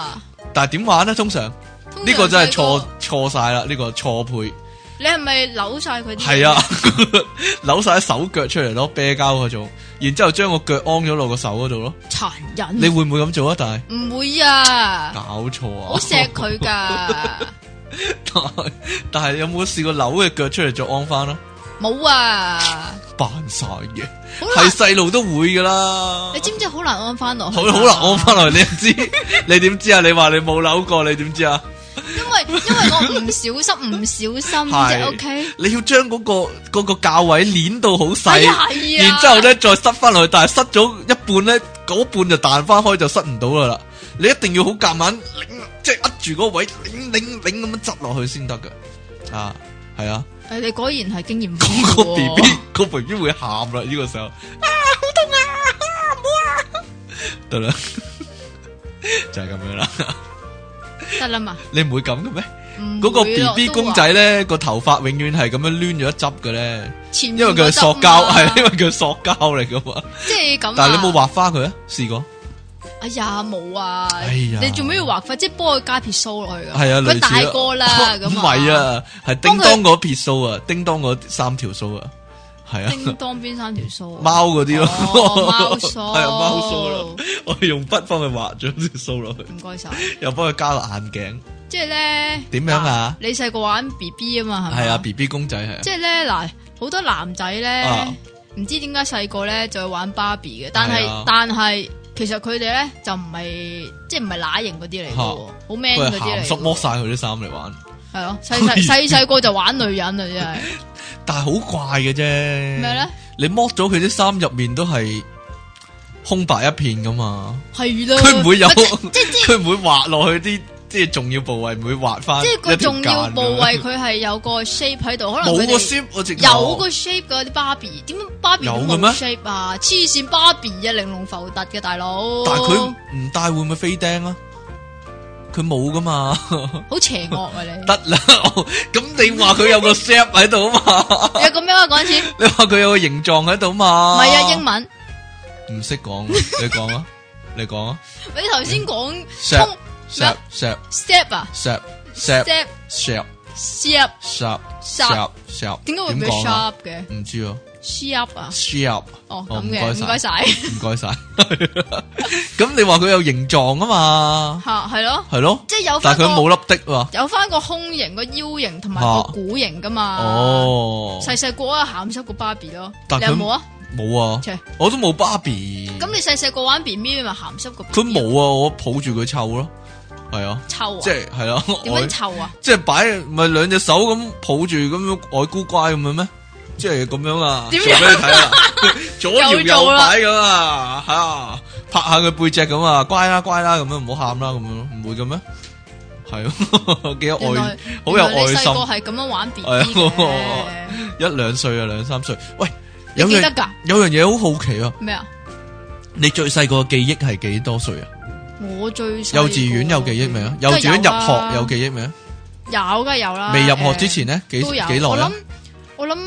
但係點玩咧？通常呢通常細個。個真係錯錯晒啦，呢個錯配。你係咪扭晒佢啲？系啊， 扭晒手腳出嚟咯，啤膠嗰種，然之后将個腳安咗落個手嗰度咯。殘忍。你會唔會咁做啊？但係唔會啊，搞錯啊！我錫佢噶，但係 但係有冇試過扭嘅腳出嚟再安翻咯？冇啊，扮晒嘢，好係難。細路都會噶啦你。知唔知好難安翻落去？好好難安翻，落嚟，你又知？ 你點知啊？你話你冇扭過，你點知啊？因為因為我唔小心，唔小心係啫。O K，你要將嗰、個嗰、個教位捻到好細，係啊係啊然之后咧再塞翻落去，但係塞咗一半咧，嗰半就彈翻開就塞唔到啦啦。你一定要好夾硬拧，即係扼住嗰個位，拧拧拧咁樣執落去先得噶。啊，係啊，誒你果然係經驗豐嗰、個富 B 喎 B 個 B B 會喊啦，呢、個時候啊，à, 好 痛啊，啊唔好啊，得啦，就係咁樣啦。得啦嘛，你唔會咁嘅咩？嗰嗰個 B B à? 公仔咧，個頭髮永遠係咁樣攣咗一執嘅咧。前因為為佢係塑膠， 係因為佢係塑膠嚟噶嘛。即係咁啊。但係你冇畫花佢啊？試過哎呀，冇啊！哎呀你做咩要畫法？即係幫佢加撇鬚落去㗎。係啊，類佢似大個啦，咁唔係，啊，係叮當嗰撇須啊，叮當嗰三條須啊，係啊，叮當邊三條鬚？貓嗰啲哦貓咯，須 係啊，貓須 咯。我用筆幫佢畫咗條須落去，唔該晒。又幫佢加落眼鏡。即係咧點樣啊嗱你細個玩 B B 啊嘛，係咪？係啊，B B 公仔係啊即，係咧嗱，好多男仔啊咧，唔知點解細個咧就去玩芭比嘅，但係啊係但係其實佢哋咧就唔係即係唔係乸型嗰啲嚟嘅嚇喎，好 man 佢係嗰鹹濕啲嚟嘅剝喎，晒佢啲衫嚟玩，係咯，細細細細個就玩女人啊，真係但係好怪嘅啫。咩咩咧？你剝咗佢啲衫入面都係空白一片噶嘛？呃係咯，佢唔會有，咪即即即 佢唔會畫落去啲即係重要部位，唔會畫翻。即係個重要部 位，佢佢係有個 shape 喺度，可能冇佢個哋 shape，我直頭有個 shape 嗰啲芭比，點解芭比都有嘅冇咩 shape 啊？黐線芭比啊，玲瓏浮突嘅大佬，但係佢唔戴會唔會飛釘啊？佢冇噶嘛，好邪惡啊你！ 得啦。我咁你話佢有個 shape 喺度啊嘛？ 有個咩啊？嗰陣時唔你話佢有個形狀喺度嘛？係啊，英文。文唔識 講，你講啊，你講啊你頭先講，shape 通 shape shape step 啊 shape shape ，step shape step， shape shape Sharp shape，點解會點俾講啊 sharp 嘅唔知啊 sharp 啊？ ，shape 哦哦，咁唔該嘅，晒唔該晒，唔 該晒。 咁你話佢有形狀啊嘛，吓係咯，係咯，即係有但翻係佢個冇粒的啊喎。有翻個胸型、個腰型同埋嚇個股型噶嘛。，哦，啊細細個啊鹹濕個芭比咯，但你有佢冇啊？冇啊切，我都冇芭比。咁你細細個玩 B B 咪鹹濕個 BB 佢冇啊，我抱住佢湊咯，係啊，臭啊，即係係啊，點我樣臭啊？即係擺咪兩隻手咁抱住咁樣愛孤乖咁樣咩？即係咁樣啊，做點俾樣你睇啊， 左搖又右做啦擺咁啊，吓拍下佢背脊咁啊，乖啦乖啦咁樣，唔好喊啦咁樣咯，唔會嘅咩？係咯， 幾有原來愛，好有原來愛你細心個。係咁樣玩 B B 係啊嘅，一兩歲啊，兩三歲。喂，你有記樣得㗎有樣嘢好好奇啊！咩啊？你最細個嘅記憶係幾多歲啊？我最細個幼稚園有記憶未啊？幼稚園梗係啊入學有記憶未啊？有噶有啦。未入學誒之前呢，幾都有幾耐我啊諗？我諗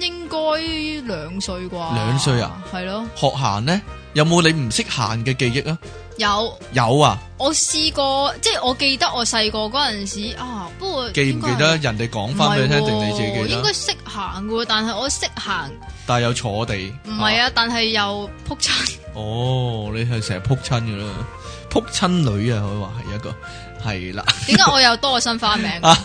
應該兩歲啩。兩歲啊？係咯，學行呢，有冇你唔識行嘅記憶啊？有有啊，我試過，即係我記得我細個嗰陣時啊，不過記唔記得人哋講翻俾你聽，定你自己記應得？該識行嘅喎，但係我識行但係有坐地，唔係啊，但係又撲親。哦，你係成日扑親嘅啦，扑親女啊，可以話係一個係啦。 點解我又多個新花名？啊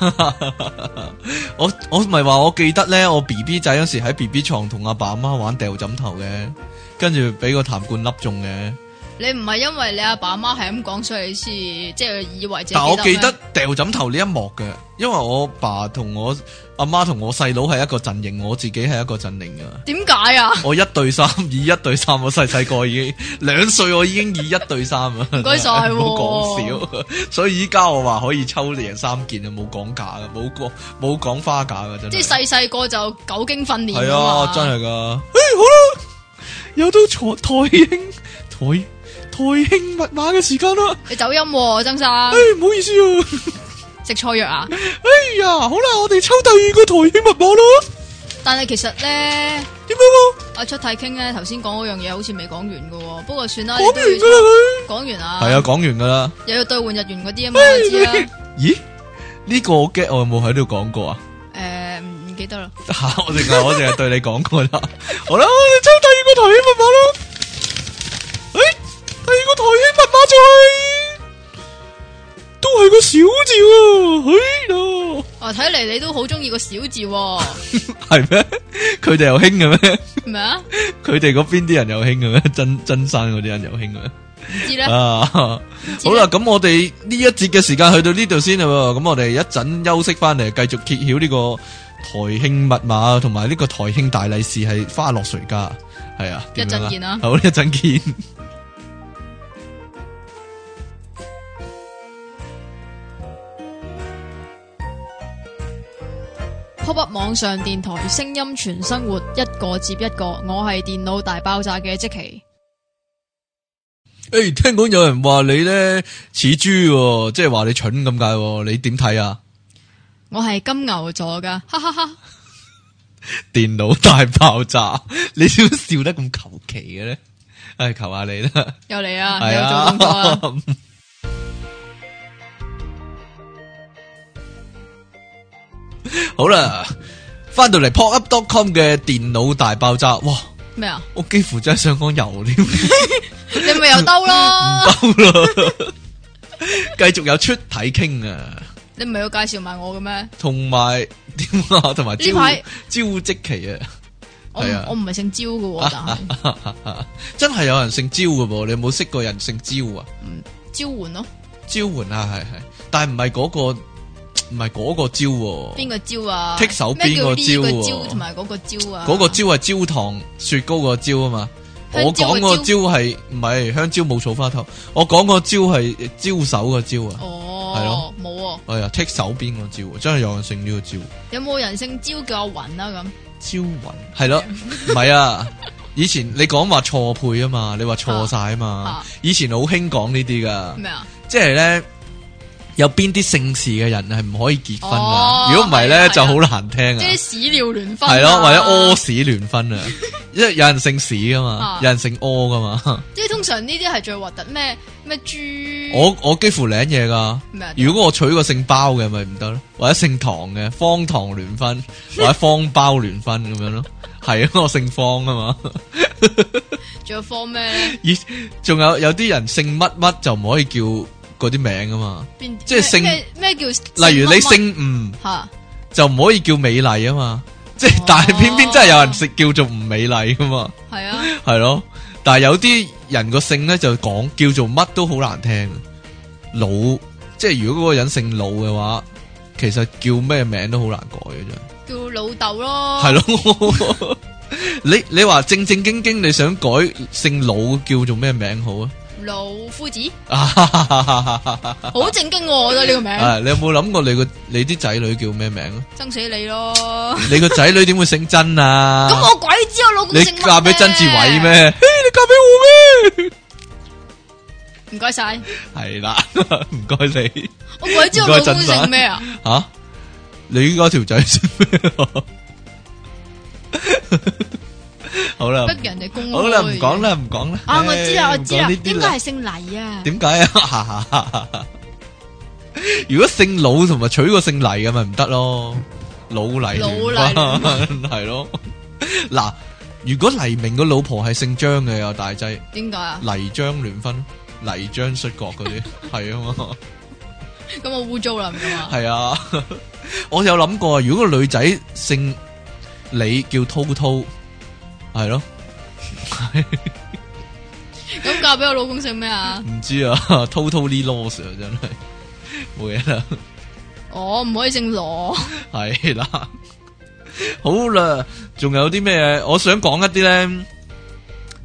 我我咪話我記得咧，我 B B 仔嗰時喺 B B 床同阿爸阿媽玩掉枕頭嘅，跟住俾個痰罐粒中嘅。你唔係因為你阿爸阿媽係咁講，所以你先即係以為自己但我記記得咩掉枕頭呢一幕嘅，因為我爸同我阿媽同我細佬係一個陣營，我自己係一個陣營噶。點解啊？我一對三，以一對三，我細細個已經兩歲，我已經以一對三啊！唔該晒喎唔好講笑。所以依家我話可以抽贏三件啊，冇講價嘅，冇講冇講花價嘅真係。即係細細個就久經訓練係㗎啊嘛，真係噶。誒、好啦，又到坐台慶台台慶密碼嘅時間啦。你走音喎，曾生誒、唔好意思啊。食錯藥啊！哎呀，好啦，我哋抽第二個台慶密碼啦。但係其實咧，點樣啊阿出體傾咧頭先講嗰樣嘢好似未講完噶喎，不過算啦，啊？你講都要完噶啦佢。講完啊，係啊，，講完噶啦。又要兑換日元嗰啲啊嘛，我知啦，咦？呢、個 get 我有冇喺度講過啊？ 誒唔記得啦，吓、我淨係我淨係對你講過啦。好啦，我哋抽第二個台慶密碼啦。誒、第二個台慶密碼就係、都係個小字喎、啊。哦睇嚟你都好中意個小字喎，係、咩？佢哋又興嘅咩？咩啊？佢哋嗰邊啲人又興嘅咩？真真山嗰啲人又興嘅咩？唔知 咧，啊！唔知好呢啦，，咁我哋呢一節嘅時間去到呢度先啦喎，咁我哋一陣休息翻嚟，繼續揭曉呢個台慶密碼同埋呢個台慶大利是係花落誰家，係啊，點樣一陣見啊好，一陣見。 pop up 網上電台，聲音全生活，一個接一個，我係電腦大爆炸嘅即期，誒、聽講有人話你咧似豬喎，即係話你蠢咁解喎，你點睇啊？我係金牛座噶， 哈哈哈。電腦大爆炸，你點解笑得咁求其嘅咧？唉、求下你啦。又嚟啊！係又啊做咁多 啊！好啦，翻到嚟 popup.com 嘅電腦大爆炸，哇！咩啊？我幾乎真係想講油添，唔你咪又兜咯，兜啦。 繼續有出體傾啊，你唔係要介紹埋我嘅咩？同埋點啊， 同埋呢招排招積淇我係啊 唔我唔係姓招嘅喎，但係啊，真係有人姓招嘅噃，你有冇識過人姓招啊？招換咯，招換啊，係係，但係唔係嗰個，唔係嗰個招喎。邊個招啊？剔手咩叫呢邊個個招招同埋嗰個招啊？嗰個焦係焦糖雪糕個焦啊嘛，我香蕉講個個蕉焦係唔係香蕉冇草花頭，我講個焦係招手個焦啊，係咯哦，冇喎。係啊剔手邊個焦啊，真係有人姓呢個焦，有冇人姓招叫阿雲啊？咁招雲係咯，唔係啊，以前你講話錯配啊嘛，你話錯晒啊嘛啊，以前好興講呢啲噶，咩啊？即係咧。有邊啲姓氏嘅人係唔可以結婚啊？哦如果唔係係咧，啊就好難聽啊！即係啲屎尿啊聯婚係咯，或者屙屙，屎亂分 啊，因為有人姓屎噶嘛啊，嗯有人姓屙噶嘛。即係通常呢啲係最核突咩咩豬我我幾乎領嘢噶。咩啊？如果我娶個姓包嘅，咪唔得咯，或者姓唐嘅，方唐亂分，或者方包亂分咁樣 咯。係啊，我姓方啊嘛。仲有科咩咧？咦，仲有有啲人姓乜乜就唔可以叫嗰啲名噶嘛，邊即係姓咩咩咩叫？例如你乜乜姓吳吓就唔可以叫美麗啊嘛，即哦係但係偏偏真係有人食叫做吳美麗噶嘛。係啊， 系咯，但系有啲人個姓咧就講叫做乜都好難聽，老即係如果嗰個人姓老嘅話，其實叫咩名都好難改嘅啫。叫老豆咯。係 咯，你你話正正經經你想改姓老叫做咩名好啊？林老夫子，啊，好正經喎，我覺得 呢個名，你有冇諗過你個你啲仔女叫咩名啊？憎死你咯！你個仔女點會姓曾啊？ 咁我鬼知我老公你姓乜嫁俾曾志偉？ 咩？唔該晒， 係啦，唔該你我鬼知我老公 姓咩啊？吓，你嗰條仔姓咩啊？ 好啦，逼人哋公開好啦，唔講啦，唔講啦。啊！我知啦，我知啦唉唔講呢，啲應啦該係姓黎啊。点解 啊？如果姓老同埋娶個姓黎嘅咪唔得咯，老黎 老系咯。嗱，如果黎明個老婆係姓張嘅，有大劑點解啊？黎張聯婚、黎張摔角嗰啲，係啊嘛，咁我污糟啦，唔該嘛。係啊。 我有諗過，如果個女仔姓李叫滔滔，係咯，咁嫁俾我老公姓咩啊？唔知啊， 滔滔呢 loss 啊，真係冇嘢啦。 我唔可以姓羅，系啦，好啦，仲有啲咩？我想講一啲咧，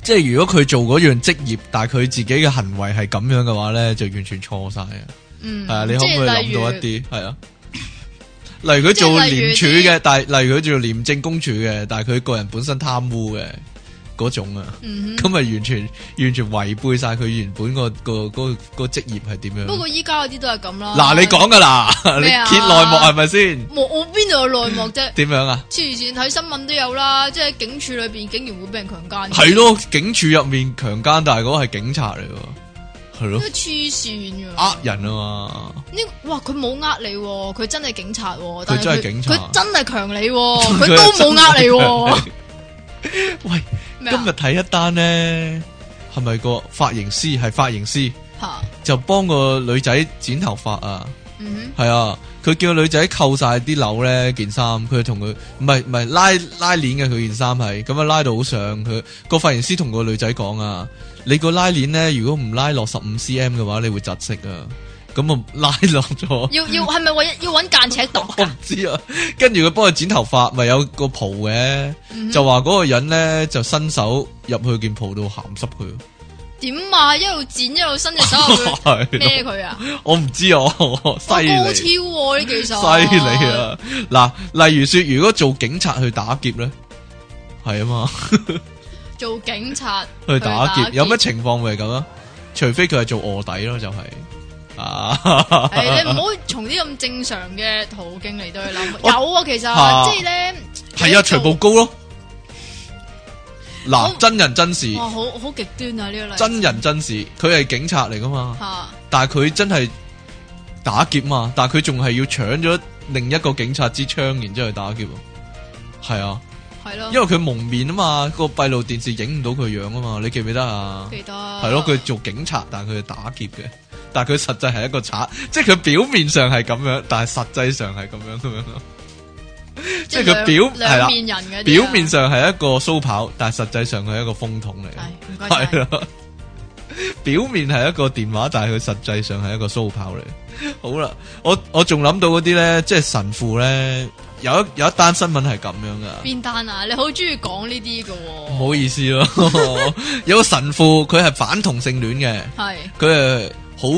即係如果佢做嗰樣職業，但係佢自己嘅行為係咁樣嘅話咧，就完全錯晒啊！嗯，係啊，你可唔可以諗到一即係例如啲？係啊，例如佢即做係例如廉署啲嘅，但係例如佢做廉政公署嘅，但係佢個人本身貪污嘅嗰種啊，嗯咁哼咪完全完全違背晒佢原本個個個個職業係點樣？不過依家嗰啲都係咁啦。嗱，你講噶啦，你咩啊揭內幕係咪先？冇我邊度有內幕啫？點樣啊？黐線睇新聞都有啦，即係警署裏邊竟然會俾人強姦，系咯，警署入面強姦，但係嗰個係警察嚟喎，係呢咯個，黐線呃嘅。人啊嘛，呢哇佢冇呃你喎，佢真係警察喎，但係真係警察佢真係強你 喎，佢都冇呃你喎。喂，咩今日啊睇一單呢，係咪個髮型師係髮型師吓，就幫個女仔剪頭髮啊？ 嗯係啊，佢叫個女仔扣晒啲紐呢件衫，佢同佢唔係唔係拉拉鏈嘅佢件衫係，咁啊拉到好上，佢個髮型師同個女仔講啊，你個拉鏈呢，如果唔拉落十五 cm 嘅話，你會窒息啊，咁啊拉落 咗哼。要要係咪為要揾間尺度？我唔知啊，跟住佢幫佢剪頭髮，咪有個蒲嗯嘅，就話嗰個人咧就伸手入去件蒲度鹹濕佢，點啊？一路剪一路伸 隻手入去係孭咯哦佢啊！我唔知啊，我我犀哇高超利，喎呢技術，犀利！啊！嗱，例如说，如果做警察去打劫咧，係啊 嘛，做警察去打劫有咩？情況會係咁啊？除非佢係做卧底咯，就係 啊，诶，你唔好從啲咁正常嘅途徑嚟到去諗。我有啊，其實嚇即係咧，係啊，你做徐步高咯。嗱我，哦真人真事，哇，好好極端啊呢個例子真人真事，佢係警察嚟噶嘛。嚇。但系佢真系打劫嘛，但系佢仲系要抢咗另一个警察支枪，然之后去打劫喎。系啊，系咯，因为佢蒙面啊嘛，个闭路电视影唔到佢样啊嘛，你记唔记得啊？记得系咯，佢做警察，但系佢係打劫嘅，但系佢实际系一个贼， 即系佢表面上系咁样，但系实际上系咁样咁样咯。即係佢表係啦两面人嘅表面上系一个苏跑，但系实际上佢系一个风筒嚟嘅。系唔 该系晒啦，表面系一个电话，但系佢实际上系一个骚炮嚟。好啦，我我仲谂到嗰啲咧，即系神父咧，有一有一单新闻系咁样噶，边单啊？你好中意讲呢啲嘅唔好意思咯。 有个神父佢系反同性恋喎，系嘅，佢系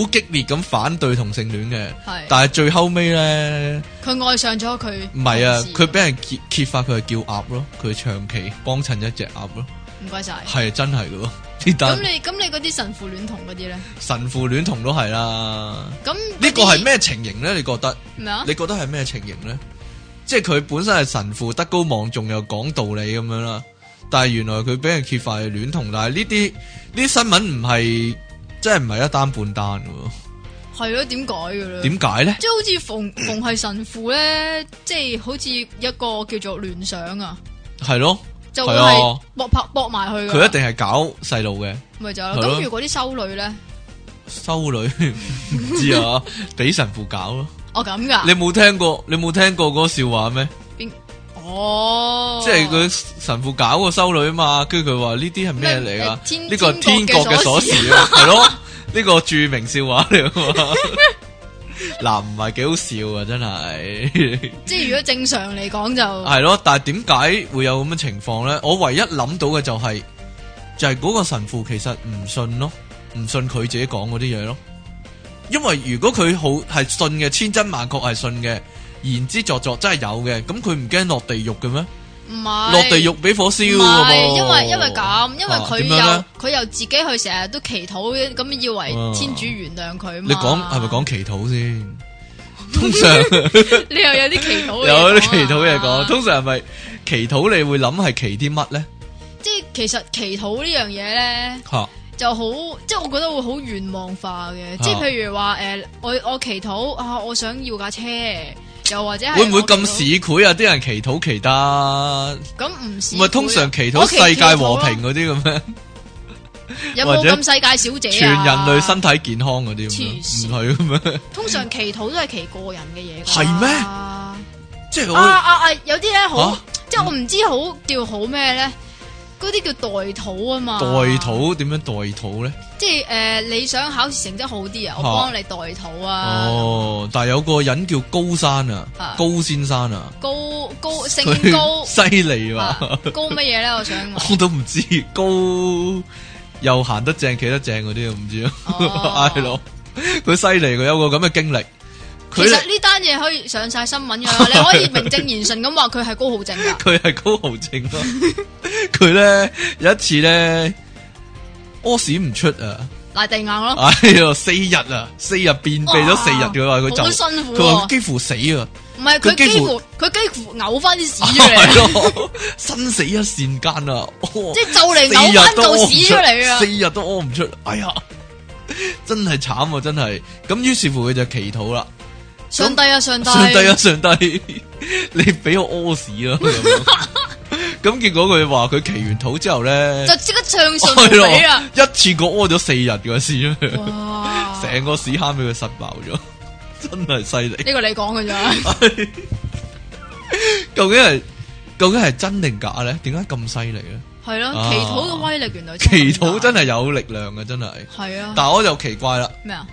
好激烈咁反对同性恋嘅，系，但系最后尾咧，佢爱上咗佢唔系啊同，事佢俾人揭揭发佢系叫鸭咯，佢长期帮衬一只鸭咯，唔该晒。系真系噶呢咁单你咁你嗰啲神父恋童嗰啲咧？神父恋童都系啦。咁呢个個係咩情形咧？你覺得？咩啊？你覺得係咩情形咧？即係佢本身係神父，德高望重又講道理咁樣啦，但係原來佢俾人揭發係戀童，但係呢啲呢啲新聞唔係真係唔係一單半單嘅系咯？点改嘅咧？喎，點解咧？即系好似逢逢系神父咧，即系好似一个叫做联想啊，係咯，就係会啊系搏拍搏埋去㗎佢一定係搞細路嘅咪就係係咯。咯咁如果啲修女咧，修女，唔知啊，俾神父搞咯。哦咁噶你，冇聽過？你冇聽過嗰個笑話咩？哦，即係佢神父搞個修女啊嘛，跟住佢話呢啲係咩嚟咩噶誒？天呢個係天天國國嘅嘅鎖鎖匙啊， 係咯？呢個著名笑話嚟噶嘛？ 嗱，唔係幾好笑啊，真 係即系如果正常嚟讲就。係咯。但係點解會有咁嘅情況咧？我唯一諗到嘅就係就係嗰個神父其實唔信咯，唔信佢自己講嗰啲嘢咯。因為如果佢好係信嘅，千真萬確係信嘅，言之鑿鑿真係有嘅，咁佢唔驚落地獄嘅咩？唔係落地獄俾火燒唔㗎係，噃因為因為咁，因為啊佢點樣又呢佢又自己去成日都祈禱，咁以為啊天主原諒佢嘛。你講係咪講祈禱先？通常 你又有啲祈禱嘅嘢講啊有啲祈禱嘢講，通常係咪祈禱你會諗係祈啲乜咧？即係其實祈禱呢樣嘢咧吓就好，即係我覺得會好願望化啊嘅。即係譬如話誒，我我祈禱啊，我想要架車，又或者係會唔會我祈禱咁市儈啊？啲人祈禱祈得，咁唔市唔儈係通常祈禱啊我祈世界禱和咯平嗰啲咁樣，有或冇者咁世界小姐啊全人類身體健康嗰啲咁黐線樣，唔係咁 樣。通常祈禱都係祈個人嘅嘢㗎。係咩即係啊我啊啊！有啲咧好嚇，即係我唔知好叫好咩咧，嗰啲叫代禱啊嘛。代，禱點樣代禱咧？即係誒，你想考試成績好啲啊，我嚇幫你代禱啊。哦，但係有個人叫高山啊啊，高先生啊，高高姓佢高犀利啊啊！高乜嘢咧？我想話 我都唔知高又行得正企得正嗰啲，我唔知啊。哦 係咯，佢犀利，佢有個咁嘅經歷。其佢實呢單嘢可以上晒新 聞㗎，你可以名正言順咁話佢係高浩正㗎。佢係高豪症咯。 佢咧有一次咧屙屎唔出啊，賴地硬咯，哎呀四日啊，四日便秘咗四日，佢話佢好就辛苦佢話喎。幾乎死啊。唔係佢佢幾幾乎乎佢幾乎嘔翻啲屎出嚟， 係咯，生死一線間 啊！哦即係就嚟四嘔日翻都嚿屙唔屎出嚟啊出，四！日都屙唔出，哎呀， 真係慘啊！真係咁，於是乎佢就祈禱啦，上帝啊上帝，上帝啊，上帝， 你俾我屙屎啦！咁樣 咁結果佢話佢祈完禱之後咧， 就即刻暢順無比啊！係咯一次過屙咗四日嘅屎，哇！成個屎坑俾佢塞爆咗， 真係犀利！呢個你講嘅咋？究竟係究竟係真定假咧？點解咁犀利咧？係啊咯，祈禱嘅威力原來祈禱真係係有力量嘅，真 係。係啊！但我就奇怪啦，咩啊？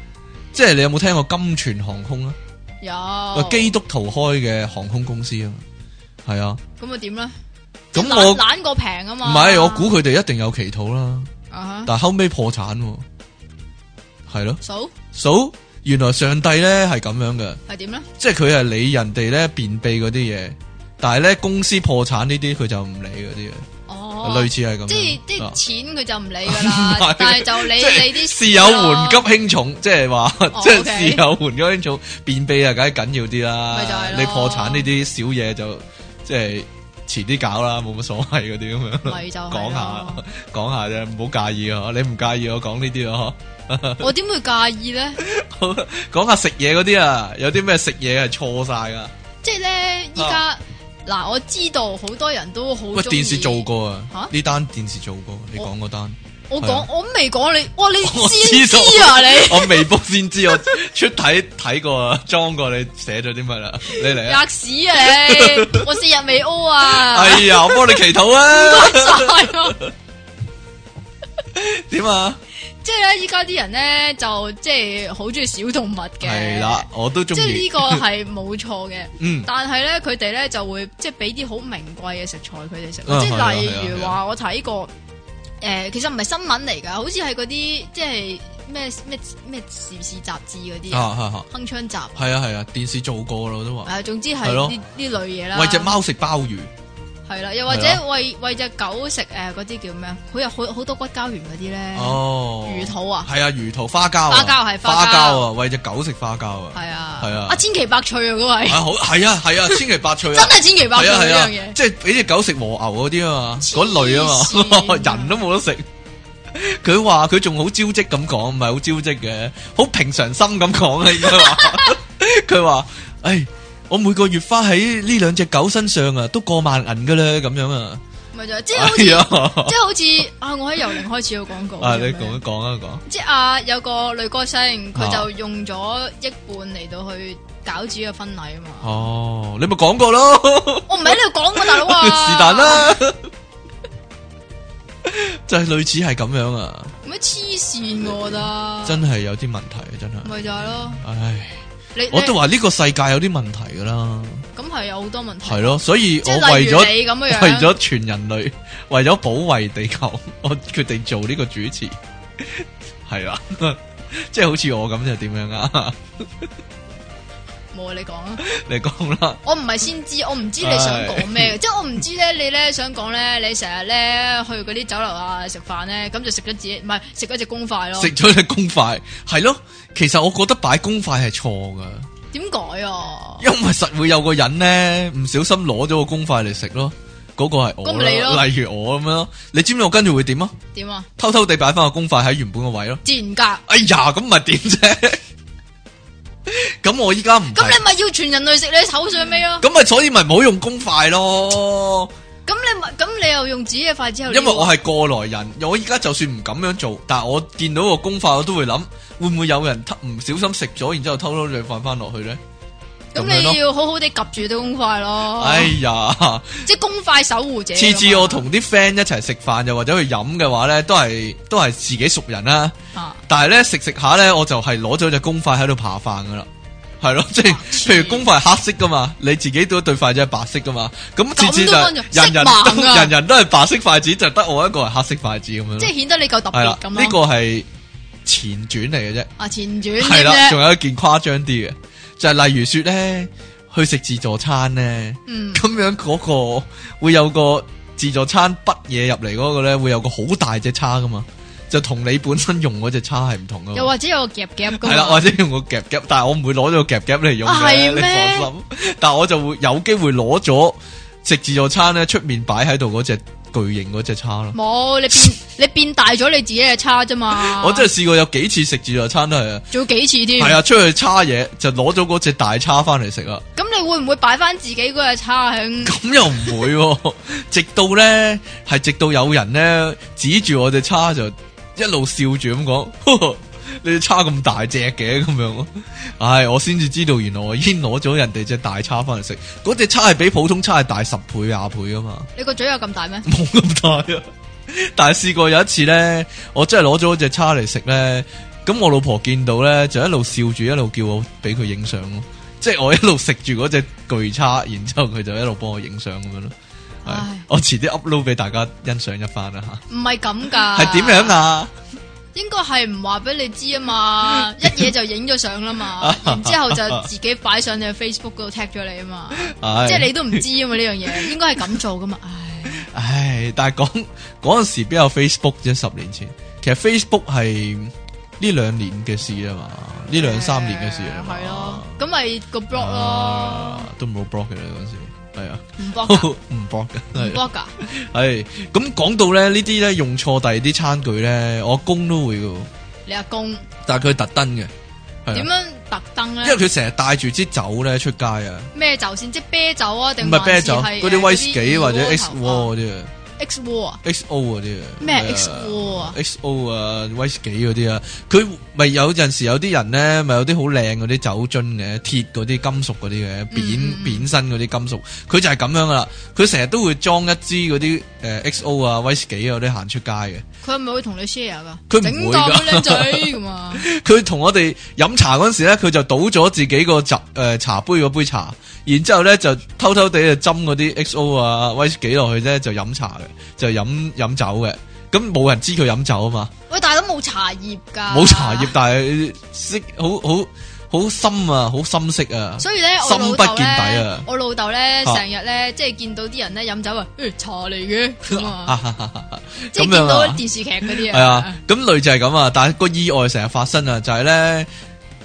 即係你有冇聽過金泉航空啊？喂有基督徒開嘅航空公司啊嘛，係啊。咁啊點咧？咁懶我懶過平啊唔嘛？係，我估佢哋一定有祈禱啦。啊哈但後尾破產喎，係咯。數數原來上帝咧係咁樣嘅，係點咧？即係佢係理人哋咧便秘嗰啲嘢，但係咧公司破產呢啲佢就唔理嗰啲嘢，哦，類似係咁樣。即係啊啲錢佢就唔理 噶唔係啦，但係就理即係你啲哦事有緩急輕重，即係話， 即係 OK 事有緩急輕重，便秘啊，梗係緊要啲咪就啦係。咯你破產呢啲小嘢就即係遲啲搞啦，冇乜所謂嗰啲咁樣。咪就 係講下咯講下啫，唔好介意啊！你唔介意我講呢啲啊？我點會介意咧？好啦講下食嘢嗰啲啊，有啲咩食嘢係錯晒噶？即係咧，依家嗱，我知道好多人都好啊喂，鍾意電視做，過啊嚇，哦呢單電視做過，你講嗰單，我係啊講我都未講你，哇！你 我先知道 知啊你？我微博先知，我出睇睇過啊，裝過你寫咗啲乜啦？你嚟 啊！吔屎啊你！我四日未 屙啊！ 哎呀，我幫你祈禱啊！晒咯，点啊？即系咧，依家啲人咧就即系好中意小動物嘅，系啦，，我都中即系呢意。個係冇 錯嘅。嗯，但係咧，佢哋咧就會即係俾啲好名貴嘅食材佢哋食，啊即係啊係係例啊係如啊話我睇過，誒其實唔係新聞嚟㗎，好似係嗰啲即係咩咩咩時事雜誌嗰啲啊啊，啊鏗鏘集，系啊系啊，電視做過啦我都話，誒總之係咯係呢呢類嘢啦。喂只貓食鮑魚，係啦，又或者係啊喂喂只狗食誒嗰啲叫咩啊？佢有好好多骨膠原嗰啲咧，哦，嗯魚肚啊，係啊魚肚花膠啊，花膠係花花膠膠啊，喂只狗食花膠啊，係啊，係啊啊千奇百趣啊，嗰位啊好係啊係啊，千奇百趣啊， 真係千奇百趣係啊呢係樣啊，嘢。即係俾只狗食和牛嗰啲啊嘛，黐嗰類啊嘛， 線啊人都冇得食。佢話佢仲好招積咁講，唔係好招積嘅，好平常心咁講啊，應該話。 佢話：，唉，我每個月花喺呢兩隻狗身上啊，都過萬銀噶啦，咁樣啊。咪就係即係好 哎似，呀，即係好似啊！我喺游靈開始有廣告啊，你咁樣講一講啊，講。即係啊，有個女歌星，佢啊就用咗億半嚟到去搞自己嘅婚禮啊嘛。哦，你咪講過咯，我唔喺呢度講啊，大佬啊，哦 是但，啦。就係類似係咁樣啊，乜黐線㗎我覺得，真係有啲問題啊，真係。咪就係咯。唉。你我都你話呢個世界有啲問題噶啦，咁係有好多問題，係咯，所以即我係為例如咗你咁樣 樣，為咗 全人類，為咗保衛地球，我決定做呢個主持，系啦，啊 即系好似我咁就点样啊？ 冇啊你講啊！你讲啦，我唔係先知，我唔知你想講咩，即係我唔知咧，你咧想講咧，你成日咧去嗰啲酒樓啊食飯咧，咁就食咗自己唔係食咗只公筷咯食。咗你公筷，系咯。其实我觉得摆公筷系错噶，哦點改啊？因为实会有个人咧唔小心攞咗个公筷嚟食咯。嗰、個个系我咁咪你啦，咯例如我咁样咯。你知唔知我跟住会点啊？點啊？偷偷地摆翻个公筷喺原本个位咯。自然格。哎呀，咁咪点啫？ 咁我依家唔咁係你咪要全人類食你手上啊尾咯？咁咪所以咪唔好用公筷咯，咁你咪咁你又用自己嘅筷子去撩啊？因為我係過來人，我依家就算唔咁樣做，但系我見到個公筷，我都會諗，會唔會有人偷唔小心食咗，然之后偷偷再放翻落去呢？咁咁樣咯你要好好地及住啲公筷咯。哎呀，即係公筷守護者。次次我同啲 friend 一齊食飯又或者去飲嘅話呢，都係都係自己熟人啦、啊但係呢，食食下呢，我就係攞咗隻公筷喺度扒飯噶啦。係咯，即係黐譬如公筷係黑色噶嘛，你自己都對筷子係白色噶嘛，咁次次就都分咗人人色都盲 啊人人都係白色筷子，就得我一個係黑色筷子咁樣咯。即係顯得你夠特系啦別，咁咯。呢個係前傳嚟嘅啫，啊前傳係添啦，仲啫。有一件誇張啲嘅，就係例如说咧，去食自助餐咧，嗯，咁樣嗰個會有個自助餐筆嘢入嚟嗰個咧，會有個好大隻叉噶嘛，就同你本身用嗰隻叉係唔同噶又嘛。或者有個夾夾咁。係啦，或者用個夾夾，但係我唔會攞咗個夾夾嚟用啊嘅，係你咩放心。但係我就會有機會攞咗食自助餐咧，出面擺喺度嗰隻巨型嗰隻叉咯。冇，你 變你變大咗你自己嘅叉啫嘛。我真係試過有幾次食自助餐都係啊。做幾次添。系。啊，出去叉嘢就攞咗嗰只大叉翻嚟食啊啦。咁你會唔會擺翻自己嗰隻叉喺？咁又唔會喎， 直到咧係直到有人咧指住我隻叉就一路笑住咁講： 呵你隻叉咁大隻嘅咁樣。唉，我先至知道原來我已經攞咗人哋隻大叉翻嚟食。嗰隻叉係比普通叉係大十倍廿倍噶嘛，你個嘴有咁大咩？冇咁大啊。但係試過有一次咧，我真係攞咗隻叉嚟食咧，咁我老婆見到咧就一路笑住，一路叫我俾佢影相咯。即係我一路食住嗰隻巨叉，然之后佢就一路幫我影相咁樣咯。係唉我遲啲 upload 俾大家欣賞一番啦唔係咁㗎。吓，係點樣？啊？應該係唔話俾你知啊 嘛，一嘢就影咗相啦嘛，然之後就自己擺上你嘅 Facebook 嗰度 tag 咗你啊嘛，唉即係你都唔知啊嘛呢樣嘢，應該係咁做噶嘛，唉，唉，但係講嗰阵时邊有 Facebook 啫？十年前，其實 Facebook 係呢兩年嘅事啊嘛，呢兩三年嘅事啊嘛係咯，咁咪個 blog 咯，啊都冇 block 嘅啦嗰阵时，係啊。唔 blog 唔搏唔啊嘅， blog 噶，系咁講到咧呢啲咧用錯第二啲餐具咧，我阿公都會嘅，你阿公但係佢特登嘅，係點啊樣特登因為咧？佢成日帶住支酒咧出街啊，咩酒先？即係啤酒啊，唔定係啤酒，還是係嗰啲威士忌或者 X O 嗰窩啲啊 X 窩啊？ ，X O 嗰啲啊，咩係啊 XO 啊？X O 啊，威士忌嗰啲啊，佢咪有陣時有啲人咧，咪有啲好靚嗰啲酒樽嘅，鐵嗰啲金屬嗰啲嘅，嗯扁扁身嗰啲金屬，佢就係咁樣噶啦，佢成日都會裝一支嗰啲诶 X O 啊、威士忌啊嗰啲行出街嘅。佢係咪會同你 share 噶？佢唔會㗎整檔靚仔咁啊！佢同我哋飲茶嗰陣時咧，佢就倒咗自己個茶誒茶杯嗰杯茶，然之後咧就偷偷地就斟嗰啲 XO 啊威士忌落去咧就飲茶嘅，就飲飲酒嘅。咁冇人知佢飲酒啊嘛，喂，但係都冇茶葉 㗎，冇茶葉，，但係色好好好深啊，好深色啊。所以咧，我深老不豆見底啊咧，我老豆咧嚇成日咧，即係見到啲人咧飲 酒啊，誒茶嚟嘅咁啊，即係咁見樣到啊電，視劇嗰 啲係啊，，咁類就係咁啊，但係個意外成日發生啊，就係咧，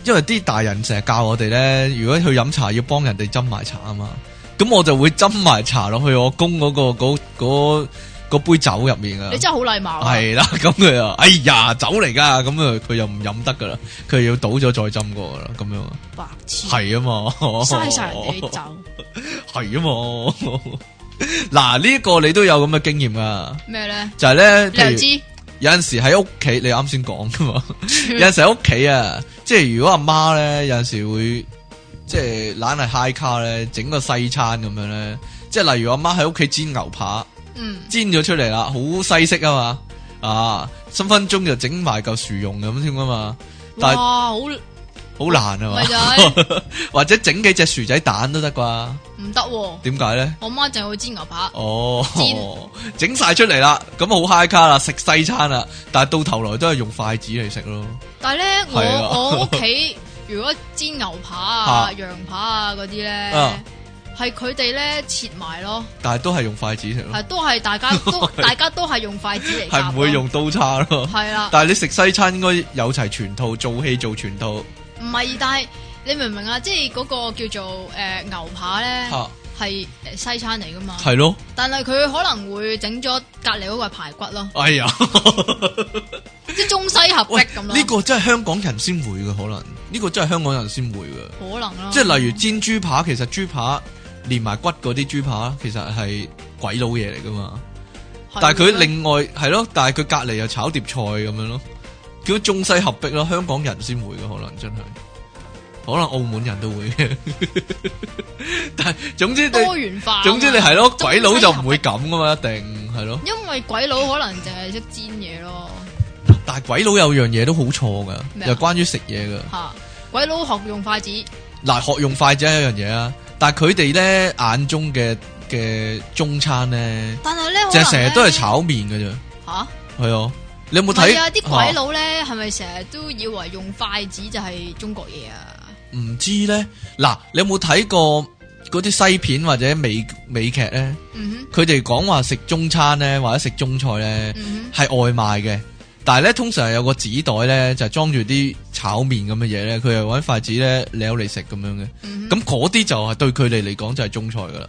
因為啲大人成日教我哋咧，如果去飲茶要幫人哋斟埋茶啊嘛，咁我就會斟埋茶落去我公嗰、個嗰嗰嗰杯酒入面啊你。真係好禮貌啊！係啦， 咁佢啊，哎呀，酒嚟噶，咁啊，佢又唔飲得噶啦，佢又要倒咗再斟過噶啦，咁樣 啊白痴，係啊嘛，嘥晒人哋啲酒係啊嘛， 嗱呢、個你都有咁嘅經驗啊，咩咧？就係咧，你譬又如知有阵时喺屋企，你啱先講噶嘛。有阵时喺屋企啊，即係如果阿媽咧，有阵时會即係懶係 high 卡咧，整個西餐咁樣咧，即係例如阿媽喺屋企煎牛扒，嗯，煎咗出嚟啦，好西式啊嘛，啊，分分鐘就整埋嚿薯蓉咁添噶嘛，但係哇，好好难啊咪 就嘛，或者整几只薯仔蛋都得啩？唔得喎，点解咧？我媽就會煎牛 扒，哦，整晒出嚟啦，咁好 high 卡啦，食西餐啦，但系到头来都系用筷子嚟食咯。但係咧我係啊我屋 企如果煎牛扒啊啊、羊扒啊嗰啲咧啊，係佢哋咧切埋咯，但系都系用筷子食咯，係都係大家 都大家都係用筷子嚟，系唔会，用刀叉咯。係啦，但系你食西餐应该有齐全套，做戲做全套唔係，但係你明唔明啊？即係嗰個叫做诶牛扒咧吓，係呃西餐嚟噶嘛，系咯。但係佢可能會整咗隔離嗰個係排骨 咯，哎 呀，即係中西合喂，璧咁咯，呢個真係香港人先會嘅，可能呢個真係香港人先會嘅。可能咯，即係例如煎豬扒，其實豬扒連埋骨嗰啲豬扒，其實係鬼佬嘢嚟噶嘛。係但係佢會另外係咯，但係佢隔離又炒碟菜咁樣咯，叫中西合璧咯。香港人先會嘅，可能真係，可能澳門人都會 嘅。但係總之你，多元化啊嘛，總之你係咯，中鬼西佬就合唔會璧咁噶嘛，一定係咯。因為鬼佬可能淨係識煎嘢咯，但係鬼佬有樣嘢都好錯噶，咩啊又關於食嘢噶。吓鬼佬學用筷子，嗱，學用筷子係一樣嘢啊，但係佢哋咧眼中嘅嘅中餐咧，但係咧就係可能成日呢都係炒面嘅啫，吓，係啊，你有冇唔係睇啊！啲鬼佬咧係咪成日都以為用筷子就係中國嘢啊？嚇唔知咧？嗱，你有冇睇過嗰啲西片或者美美劇咧？嗯佢哋講話食中餐咧，或者食中菜咧哼，，嗯係外賣嘅。但係咧，通常係有個紙袋咧，就係裝住啲炒面咁嘅嘢咧，佢又揾筷子咧撩嚟食咁樣嘅。哼，嗯哼咁嗰啲就係對佢哋嚟講就係中菜噶啦，